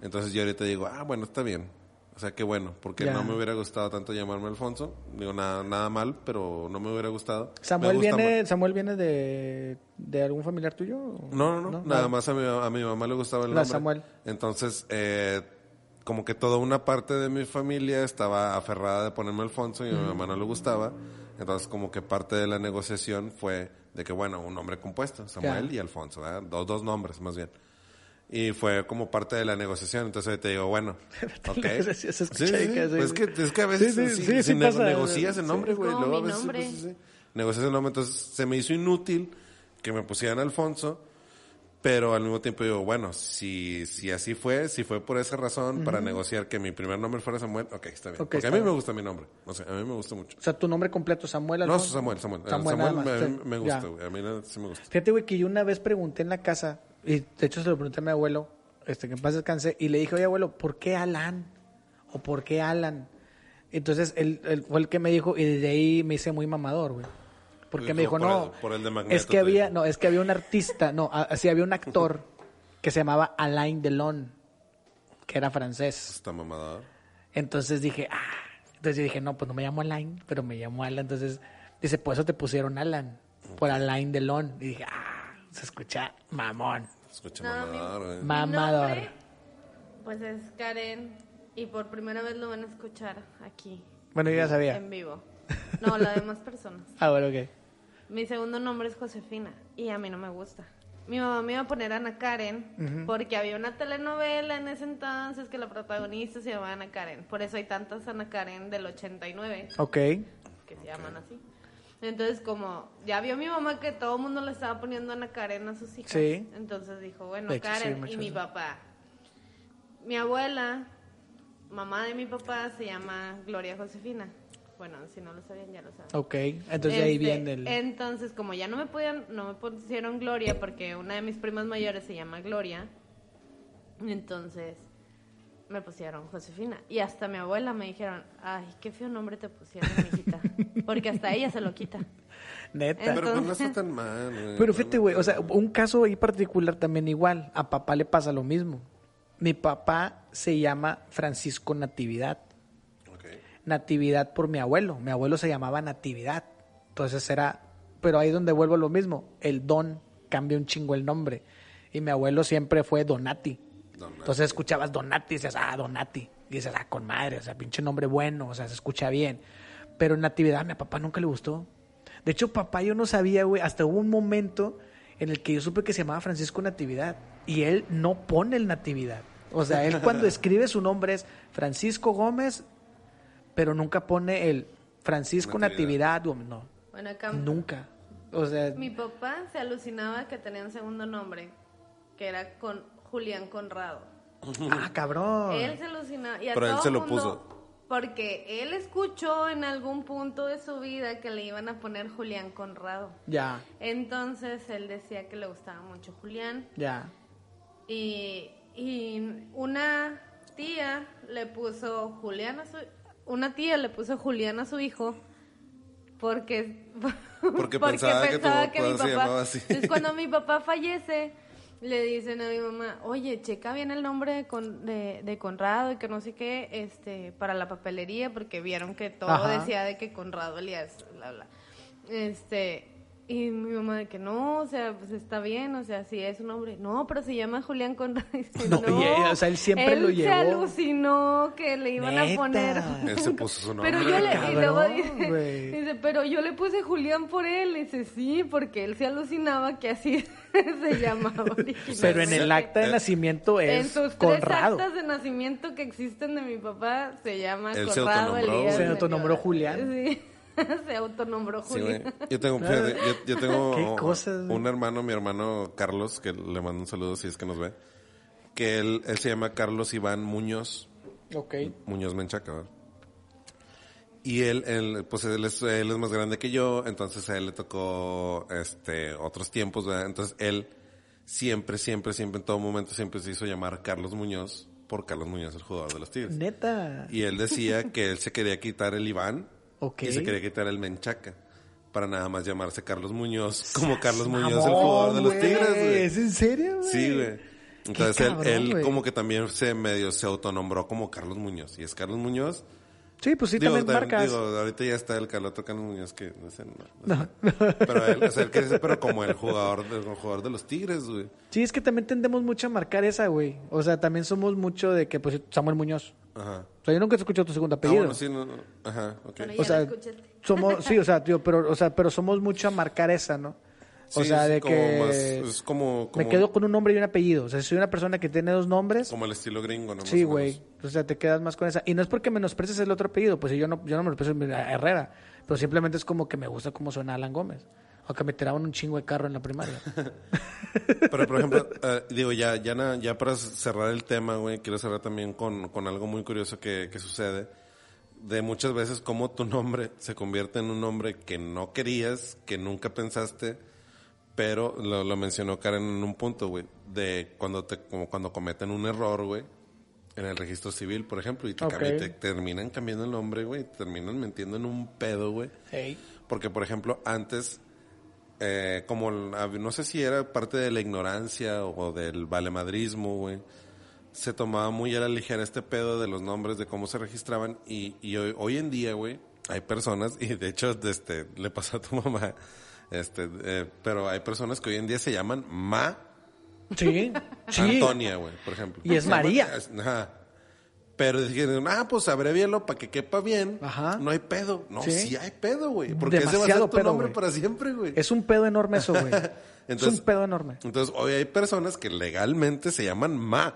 Entonces yo ahorita digo, ah, bueno, está bien. O sea, qué bueno, porque Ya. no me hubiera gustado tanto llamarme Alfonso. Digo, nada, nada mal, pero no me hubiera gustado. Me Samuel gusta viene, más. Samuel viene de, de algún familiar tuyo. o- No, no, no, nada Ah, más a mi, a mi mamá le gustaba el La nombre. Samuel. Entonces, eh, como que toda una parte de mi familia estaba aferrada de ponerme Alfonso y a mi mamá no le gustaba. Entonces, como que parte de la negociación fue de que, bueno, un nombre compuesto, Samuel Claro. y Alfonso, ¿verdad? Dos, dos nombres más bien. Y fue como parte de la negociación. Entonces, ahí te digo, bueno, ok. Negociación, se Sí, escucha sí, de que- sí. Pues es, que, es que a veces Sí, sí, si- sí, si sí nego- pasa. negocias el Sí. nombre, güey. Como luego a mi veces, nombre. pues, sí, sí. Negocias el nombre. Entonces, se me hizo inútil que me pusieran Alfonso. Pero al mismo tiempo digo, bueno, si, si así fue, si fue por esa razón, para negociar que mi primer nombre fuera Samuel, ok, está bien. Ok, Porque está a mí bien. me gusta mi nombre. No sé, a mí me gusta mucho. O sea, tu nombre completo, Samuel No, Alfonso. Samuel, Samuel. El Samuel, Samuel, nada me, más, sí. me Ya. gusta, güey. A mí la- sí me gusta. Fíjate, güey, que yo una vez pregunté en la casa, y de hecho se lo pregunté a mi abuelo, este, que en paz descanse, y le dije, oye, abuelo, ¿por qué Alan? ¿O por qué Alan? Entonces, él, él fue el que me dijo, y desde ahí me hice muy mamador, güey. Porque me dijo, Dijo, por no, el- por el de Magneto, es que te había, dijo". no, es que había un artista, no, a- así había un actor que se llamaba Alain Delon, que era francés. Está mamador. Entonces dije, ah, entonces yo dije, no, pues no me llamo Alain, pero me llamo Alan. Entonces dice, por eso te pusieron Alan, por Alain Delon. Y dije, ah, se escucha mamón, Escucha No, mamador, güey. Mi mamador. nombre, Pues es Karen. Y por primera vez lo van a escuchar aquí. Bueno, yo ya sabía. En vivo. No, la demás personas. Ah, bueno, ok. Mi segundo nombre es Josefina y a mí no me gusta. Mi mamá me iba a poner Ana Karen porque había una telenovela en ese entonces que la protagonista se llamaba Ana Karen. Por eso hay tantas Ana Karen del 89 Ok. que se llaman así. Entonces, como ya vio mi mamá que todo el mundo le estaba poniendo Ana Karen a sus hijas, Sí. entonces dijo, bueno, De hecho, sí, Karen y muchas mi veces. papá. Mi abuela, mamá de mi papá, se llama Gloria Josefina. Bueno, si no lo sabían, ya lo saben. Ok. Entonces ahí Este, viene el. Entonces, como ya no me podían, no me pusieron Gloria porque una de mis primas mayores se llama Gloria, entonces me pusieron Josefina. Y hasta mi abuela me dijeron, ay, qué feo nombre te pusieron, mijita. Porque hasta ella se lo quita. Neta. Pero pues no Entonces- está tan mal, güey. Pero fíjate, güey, o sea, un caso ahí particular también igual. A papá le pasa lo mismo. Mi papá se llama Francisco Natividad. Ok. Natividad por mi abuelo. Mi abuelo se llamaba Natividad. Entonces era, pero ahí donde vuelvo a lo mismo, el don cambia un chingo el nombre. Y mi abuelo siempre fue Donati. Entonces escuchabas Donati y dices, ah, Donati. Y dices, ah, con madre, o sea, pinche nombre bueno, o sea, se escucha bien. Pero Natividad a mi papá nunca le gustó. De hecho, papá yo no sabía, güey, hasta hubo un momento en el que yo supe que se llamaba Francisco Natividad. Y él no pone el Natividad. O sea, él cuando escribe su nombre es Francisco Gómez pero nunca pone el Francisco Natividad, Natividad. güey, no, Bueno, acá nunca. O sea, mi papá se alucinaba que tenía un segundo nombre, que era con Julián Conrado. ah, cabrón. Él se alucinaba. Y a Pero él todo se lo mundo- puso. Porque él escuchó en algún punto de su vida que le iban a poner Julián Conrado. Ya, Entonces él decía que le gustaba mucho Julián. ya. Y, y una tía le puso Julián a su una tía le puso Julián a su hijo porque Porque pensaba que tu papá se llamaba así. Entonces, cuando mi papá fallece le dicen a mi mamá, "Oye, checa bien el nombre de, Con- de, de Conrado y que no sé qué, este, para la papelería porque vieron que todo Ajá. decía de que Conrado Elías bla bla." Este, Y mi mamá de que no, o sea, pues está bien, o sea, si es un hombre. No, pero se llama Julián Conrad. Y dice, No, y él, o sea, él siempre lo llevó. se alucinó que le iban a Neta. poner. Él se puso su nombre. Pero yo le, y Cabrón, luego dice, güey. dice, pero yo le puse Julián por él. Y dice, sí, porque él se alucinaba que así se llamaba. originalmente. Pero en el acta de nacimiento En es sus Conrado. tres actas de nacimiento que existen de mi papá se llama Él se Conrado autonombró. Elías Se Meliodas. autonombró Julián. Sí, se autonombró Sí, güey. Julián. Yo tengo, fíjate, yo, yo tengo Qué cosas, güey. un hermano, mi hermano Carlos, que le mando un saludo si es que nos ve, que él, él se llama Carlos Iván Muñoz, Ok. Muñoz Menchaca, ¿verdad? Y él, él, pues él es, él es más grande que yo, entonces a él le tocó, este, otros tiempos, ¿verdad? Entonces él siempre, siempre, siempre, en todo momento, siempre se hizo llamar Carlos Muñoz por Carlos Muñoz, el jugador de los Tigres. Neta. Y él decía que él se quería quitar el Iván Ok. y se quería quitar el Menchaca para nada más llamarse Carlos Muñoz, como Carlos Muñoz, Mamón, el jugador de los güey. Tigres, ¿Es güey. en serio, güey? Sí, güey. Entonces él- cabrón, él, güey. como que también se medio se autonombró como Carlos Muñoz. Y es Carlos Muñoz. Sí, pues sí, digo, también también- marcas. digo, ahorita ya está el cal- otro Carlos Muñoz que no sé, no, no sé. Pero él, o sea, él quiere ser, pero como el jugador, de- el jugador de los Tigres, güey. Sí, es que también tendemos mucho a marcar esa, güey. O sea, también somos mucho de que, pues, Samuel Muñoz. Ajá. O sea, yo nunca he escuchado tu segundo Ah, apellido. bueno, sí, no, no. Ajá, ok. Bueno, O Ya lo sea, escuchaste. somos, sí, o sea, tío, pero, o sea, pero somos mucho a marcar esa, ¿no? O Sí, sea, es de como que más- es como- como- me quedo con un nombre y un apellido. O sea, si soy una persona que tiene dos nombres, Como el estilo gringo, ¿no? Más sí, o menos. güey. O sea, te quedas más con esa. Y no es porque menosprecies el otro apellido, pues yo no, yo no menosprecio mi- a Herrera, pero simplemente es como que me gusta cómo suena Alan Gómez. Aunque me tiraban un chingo de carro en la primaria. Pero, por ejemplo, eh, digo, ya, ya, na- ya para cerrar el tema, güey, quiero cerrar también con, con algo muy curioso que, que sucede. De muchas veces cómo tu nombre se convierte en un nombre que no querías, que nunca pensaste, pero lo, lo mencionó Karen en un punto, güey, de cuando te, como cuando cometen un error, güey, en el registro civil, por ejemplo, y te, Ok. cambi- te terminan cambiando el nombre, güey, te terminan metiendo en un pedo, güey. Ey. Porque, por ejemplo, antes, eh, como el- hab- no sé si era parte de la ignorancia o del valemadrismo, güey, se tomaba muy a la ligera este pedo de los nombres, de cómo se registraban. Y, y hoy, hoy en día, güey, hay personas, y de hecho, de este, le pasó a tu mamá, este, eh, pero hay personas que hoy en día se llaman Ma Sí, sí. Antonia, güey, por ejemplo. Y es Se llaman- María. es- Ajá. Pero dijeron, ah, pues abrevialo para que quepa bien. Ajá. No hay pedo. No, sí, Sí. hay pedo, güey. Porque ese va a Demasiado ser tu pedo, nombre güey. para siempre, güey. Es un pedo enorme eso, güey. es Entonces- un pedo enorme. Entonces, hoy hay personas que legalmente se llaman Ma.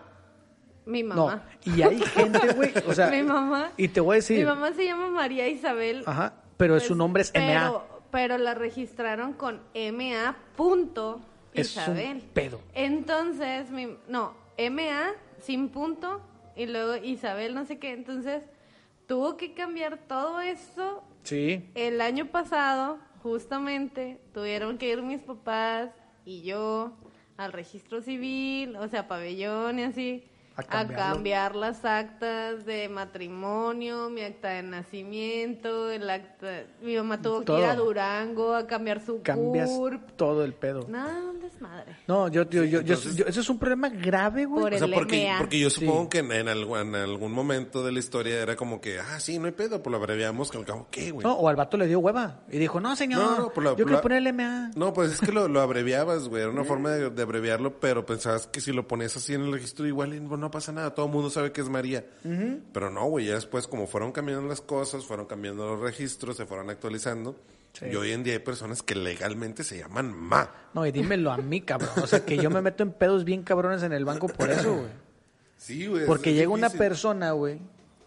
Mi No, mamá. y hay gente, güey, o sea, mi mamá. y te voy a decir, Mi mamá se llama María Isabel. ajá, pero su nombre es Pues, pero- MA. Pero la registraron con MA. Punto Es Isabel. un pedo. Entonces, mi- no, MA sin punto y luego Isabel, no sé qué. Entonces, tuvo que cambiar todo eso Sí. El año pasado, justamente, tuvieron que ir mis papás y yo al registro civil, o sea, pabellón y así, A a, cambiarlo. cambiar las actas de matrimonio, mi acta de nacimiento, el acta... Mi mamá tuvo que ir Todo. a Durango a cambiar su Cambias CURP. todo el pedo. Nada, un desmadre. No, yo, yo, yo, yo- entonces- yo- eso es un problema grave, güey. Por O sea, el porque, MA. porque yo supongo que en, en algu- en algún momento de la historia era como que, ah, sí, no hay pedo, pues lo abreviamos. que al cabo, ¿Qué, güey? No, o al vato le dio hueva y dijo, no, señor, pues. por la- yo por quiero la- ponerle MA. No, pues es que lo, lo abreviabas, güey. Era una forma de, de abreviarlo, pero pensabas que si lo ponías así en el registro, igual y no pasa nada. Todo el mundo sabe que es María. Pero no, güey. Ya después, como fueron cambiando las cosas, fueron cambiando los registros, se fueron actualizando. Y hoy en día hay personas que legalmente se llaman Ma. No, y dímelo a mí, cabrón. O sea, que yo me meto en pedos bien cabrones en el banco por eso, güey. Sí, güey. es- Porque es llega una difícil. persona, güey,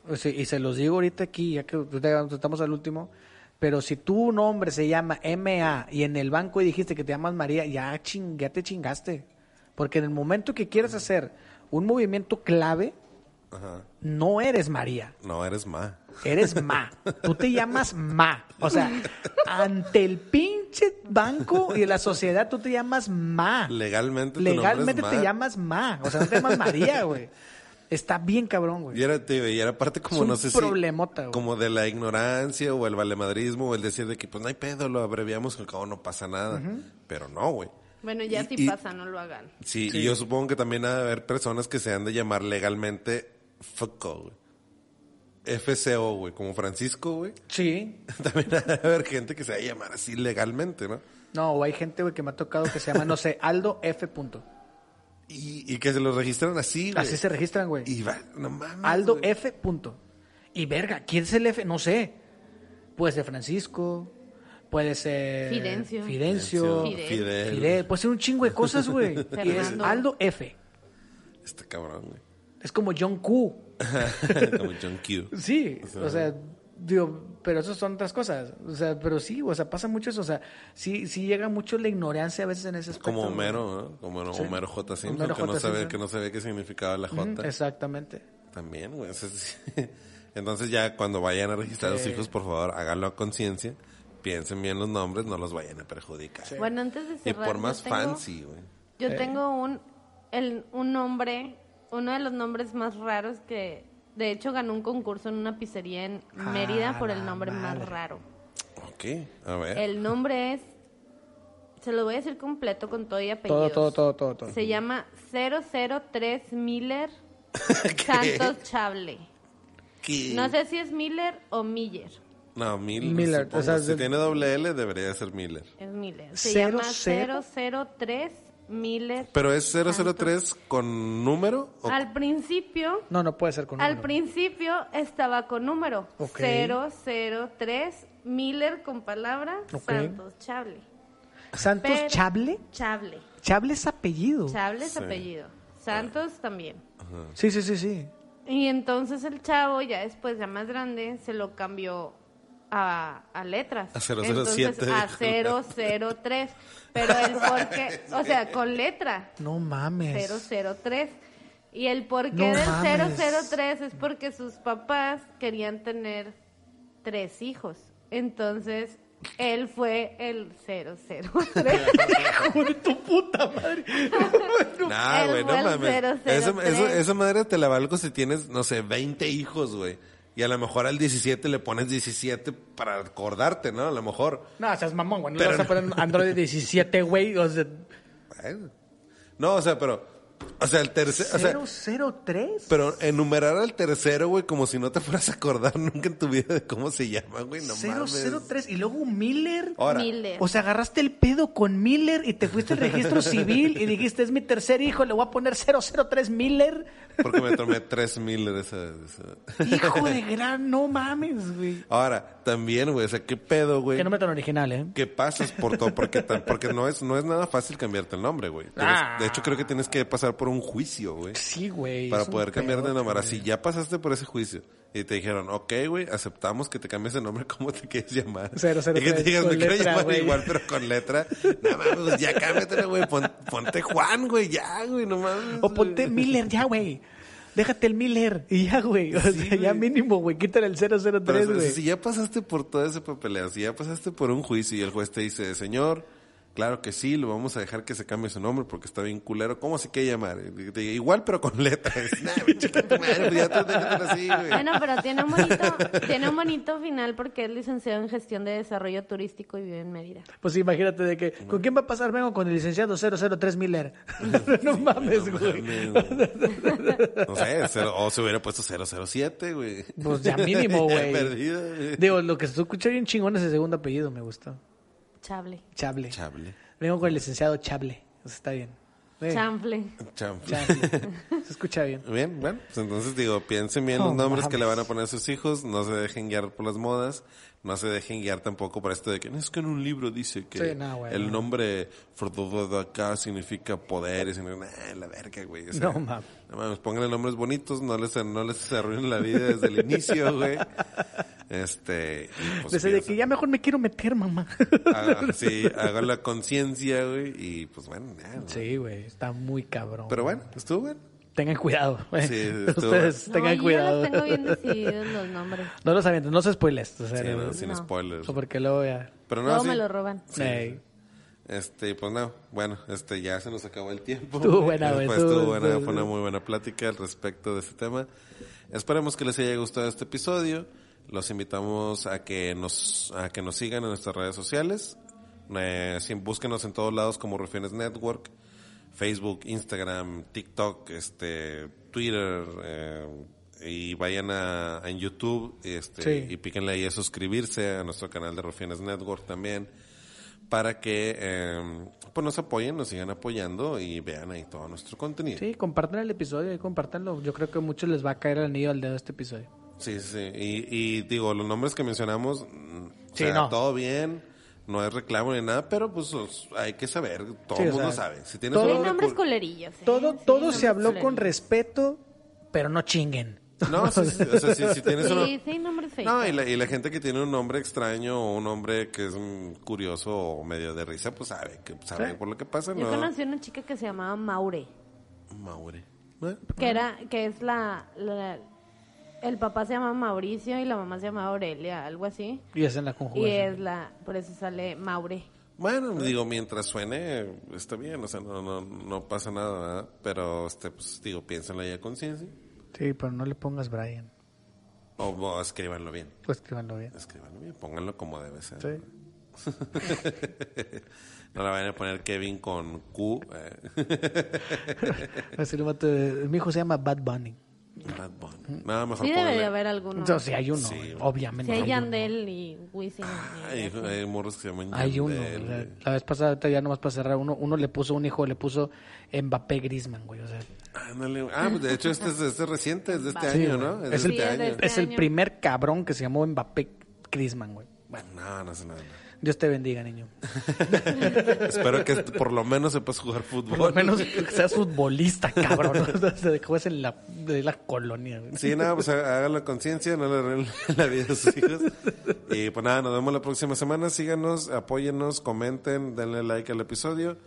o sea, y se los digo ahorita aquí, ya que ahorita estamos al último, pero si tu nombre se llama MA y en el banco dijiste que te llamas María, ya, ching, ya te chingaste. Porque en el momento que quieres hacer un movimiento clave, Ajá. no eres María, No, eres Ma. eres Ma. Tú te llamas Ma. O sea, ante el pinche banco y la sociedad, tú te llamas Ma. Legalmente tu Legalmente nombre es te Ma. llamas Ma. O sea, no te llamas María, güey. Está bien cabrón, güey. Y era, te digo, y era parte como, Es un no sé si... problemota, güey. Como de la ignorancia o el valemadrismo o el decir de que, pues, no hay pedo, lo abreviamos, que al cabo no pasa nada. Pero no, güey. Bueno, ya Y- si y- pasa, no lo hagan. Sí, y yo supongo que también ha de haber personas que se han de llamar legalmente Foucault, güey. FCO, güey, como Francisco, güey. Sí. También ha de haber gente que se va a llamar así legalmente, ¿no? No, o hay gente, güey, que me ha tocado que se llama, no sé, Aldo F. Punto. Y, y que se los registran así, güey. Así se registran, güey. Y va, no mames. Aldo güey. F. Punto. Y verga, ¿quién es el F? No sé. Puede ser Francisco, puede ser Fidencio. Fidencio, Fidel. Fidel. Fidel, puede ser un chingo de cosas, güey. Y es Fernando. Aldo F. Este cabrón, güey. Es como John Q. como John Q. Sí, o sea, digo, pero eso son otras cosas. O sea, pero sí, o sea, pasa mucho eso. O sea, sí, sí llega mucho la ignorancia a veces en ese aspecto. Como güey. Homero, ¿no? Como no- Homero J. Simpson, Homero que, no J. sabía, Simpson. que no sabía qué significaba la J. Ujú, Exactamente. También, güey. eso es- Entonces ya cuando vayan a registrar a sus hijos, por favor, háganlo a conciencia. Piensen bien los nombres, no los vayan a perjudicar. Bueno, antes de Y cerrar. por yo más tengo- fancy, güey. Eh. Yo tengo un, el, un nombre, uno de los nombres más raros que, de hecho, ganó un concurso en una pizzería en Mérida por el nombre más raro. Ok, a Eh. ver. El nombre es, se lo voy a decir completo con todo y Todo, apellidos. todo, todo, todo, todo. Se llama 003 Miller Santos Chable. ¿Qué? No sé si es Miller o Miller. No, Miller. Miller, supongo. o sea, si de- tiene doble L, debería ser Miller. Es Miller. Se ¿Cero, llama cero? 003 Miller. Pero es 003 con número o Al principio, No, no puede ser con al número. principio estaba con número Ok. 003 Miller con palabra Ok. Santos Chable. ¿Santos Pero- Chable? Chable. Chable es apellido. Chable es apellido. Santos también. Sí, sí, sí, sí. Y entonces el chavo, ya después, ya más grande, se lo cambió a, a letras. A 007, Entonces, a dijo. 003. Pero él porque, o sea, con letra, No mames. 003. Y el porqué No del mames. 003 es porque sus papás querían tener tres hijos. Entonces, él fue el 003. Nah, El güey, no Well mames. 003. Eso- eso- esa madre te la valgo si tienes, no sé, 20 hijos, güey. Y a lo mejor al 17 le pones 17 para acordarte, ¿no? A lo mejor. No, seas mamón, güey. No Pero le vas a poner Android 17, güey. O sea, Bueno. No, o sea, pero. O sea, el tercer. O sea, 003. pero enumerar al tercero, güey, como si no te fueras a acordar nunca en tu vida de cómo se llama, güey. No mames. 003. Y luego Miller. Ahora, Miller. O sea, agarraste el pedo con Miller y te fuiste al registro civil y dijiste, es mi tercer hijo, le voy a poner 003 Miller. porque me tomé 3000 de esa. de esa- Hijo de gran, no mames, güey. Ahora, también, güey, o sea, qué pedo, güey. Que no me tan original, ¿eh? que pasas por todo, porque, ta- porque no, es, no es nada fácil cambiarte el nombre, güey. Tienes- Ah. De hecho, creo que tienes que pasar por un juicio, güey. Sí, güey. Para es un poder cambiar de pedo, nombre. güey. Así ya pasaste por ese juicio. Y te dijeron, ok, güey, aceptamos que te cambies el nombre como te quieres llamar. Cero, cero, y que te tres, digas, me con quiero letra, llamar güey". igual, pero con letra. No mames, pues ya cámbiatelo, güey. Pon- ponte Juan, güey, ya, güey, no mames. O ponte güey. Miller ya, güey. Déjate el Miller y ya, güey. O sea, ya mínimo, güey. Quítale el 003, Pero, o sea, güey. si ya pasaste por todo ese papeleo, si ya pasaste por un juicio y el juez te dice, señor, claro que sí, lo vamos a dejar que se cambie su nombre porque está bien culero, ¿cómo se quiere llamar? Y te diga, igual pero con letras. Nah, güey, chica tu madre, pues ya te déjatelo así, güey. Bueno, pero tiene un bonito, tiene un bonito final porque es licenciado en gestión de desarrollo turístico y vive en Mérida. Pues imagínate de que, ¿con quién va a pasar? Vengo con el licenciado 003 Miller. no mames, güey. No sé, cero- o se hubiera puesto 007, güey. Pues ya mínimo, Ya güey. perdido, güey. Digo, lo que se escucha bien chingón es el segundo apellido, me gustó. Chable. Chable. Chable. Vengo con el licenciado Chable. Eso está bien. Eh, Chanfle. Champ. Chable. Se escucha bien. Bien, bueno, pues entonces digo, piensen bien los Oh, nombres que le mames. van a poner a sus hijos, no se dejen guiar por las modas, no se dejen guiar tampoco por esto de que "No, es que en un libro dice que Sí, no, güey, el no. nombre acá significa poder y significa, nah, la verga, güey. o sea, No, mames. no mames, pónganle nombres bonitos, no les, no les arruinen la vida desde el inicio, güey. Este, y pues Desde de que piensen. ya mejor me quiero meter, mamá. Haga- sí, hagan la conciencia, güey, y pues bueno, nada. sí, güey. Está muy cabrón. Pero bueno, estuvo bueno. Tengan cuidado. güey. Sí, estuvo- Ustedes No, tengan yo cuidado. los tengo bien decididos los nombres. No los avienten, no se spoiles. O sea, Sí, no- no, sin No. spoilers. Porque luego ya. eh, Pero no, Luego sí. me lo roban. Ey. Este, pues no, bueno, este ya se nos acabó el tiempo. Estuvo buena, güey, Pues, estuvo- estuvo buena, estuvo- fue una muy buena plática al respecto de este tema. Esperemos que les haya gustado este episodio. Los invitamos a que nos, a que nos sigan en nuestras redes sociales. Eh, sí, búsquenos en todos lados como Refines Network, Facebook, Instagram, TikTok, este, Twitter, eh, y vayan a, en YouTube este, Sí. y píquenle ahí a suscribirse a nuestro canal de Rufianes Network también para que eh, pues nos apoyen, nos sigan apoyando y vean ahí todo nuestro contenido. Sí, compartan el episodio y compártanlo. Yo creo que a muchos les va a caer el anillo al dedo este episodio. Sí, sí. Y, y digo, los nombres que mencionamos, mm, o Sí, sea, no. todo bien, no es reclamo ni nada, pero pues os- hay que saber, todo Sí, el o mundo sea, sabe. Si tienes todo- un Hay nombre nombres cul- culerillos. ¿eh? Todo, Sí, todo nombres se habló con culerillos. respeto, pero no chinguen. No, sí, sí, o sea, si, si tienes uno- Sí, sí, hay nombres feos. No, y la, y la gente que tiene un nombre extraño o un nombre que es mm, curioso o medio de risa, pues sabe, que sabe por lo que pasa, Yo ¿no? conocí a una chica que se llamaba Maure, Maure. ¿Eh? que era, que es la, la- el papá se llama Mauricio y la mamá se llama Aurelia, algo así. Y hacen la Y conjugación. es la, por eso sale Maure. Bueno, digo, mientras suene, está bien, o sea, no, no, no pasa nada, ¿verdad? Pero, este, pues, digo, piénsenlo ahí a conciencia Sí, pero no le pongas Brian. o, o escríbanlo bien. Pues escríbanlo bien. Escríbanlo bien, pónganlo como debe ser. Sí. No la vayan a poner Kevin con Q. eh. Así lo mato. Mi hijo se llama Bad Bunny. Bad Bunny. No, mejor Sí ponle- debería haber alguno. Entonces, sí, hay uno, Sí. Si obviamente. hay hay uno. Yandel y Wisin. Hay, hay morros que se llaman Hay uno. Yandel, o sea, güey. la vez pasada, ahorita ya nomás para cerrar, uno, uno le puso un hijo, le puso Mbappé Grisman, güey. O sea, Ándale, güey. Ah, pues de hecho, este es, este es reciente, es de este Sí, año, güey. ¿no? Es el- de este Sí, es de año. este. es el año. primer cabrón que se llamó Mbappé Grisman, güey. Bueno, no, no sé nada. Dios te bendiga, niño. Espero que por lo menos sepas jugar fútbol. Por lo menos que seas futbolista, cabrón. O sea, se juegas en la, de la colonia. güey. Sí, nada, pues há- háganlo conciencia, no le arruinen la vida a sus hijos. Y pues nada, nos vemos la próxima semana. Síganos, apóyennos, comenten, denle like al episodio.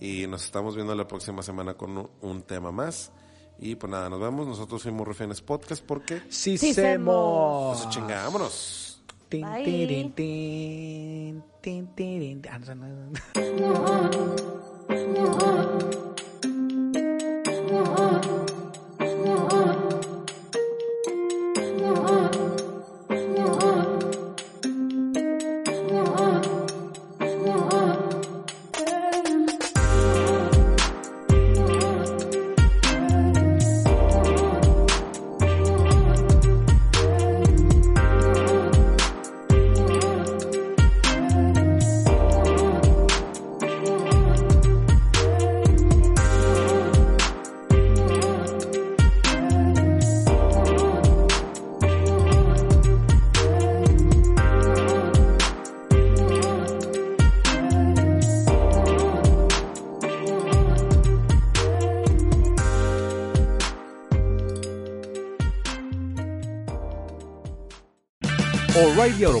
Y nos estamos viendo la próxima semana con un, un tema más. Y pues nada, nos vemos. Nosotros fuimos Rufianes Podcast porque... Sí, Sí, semos. Pues chingámonos. Tin, Bye. tirin, tin, tin, tirin. Ah, no, no, no. O'Reilly Auto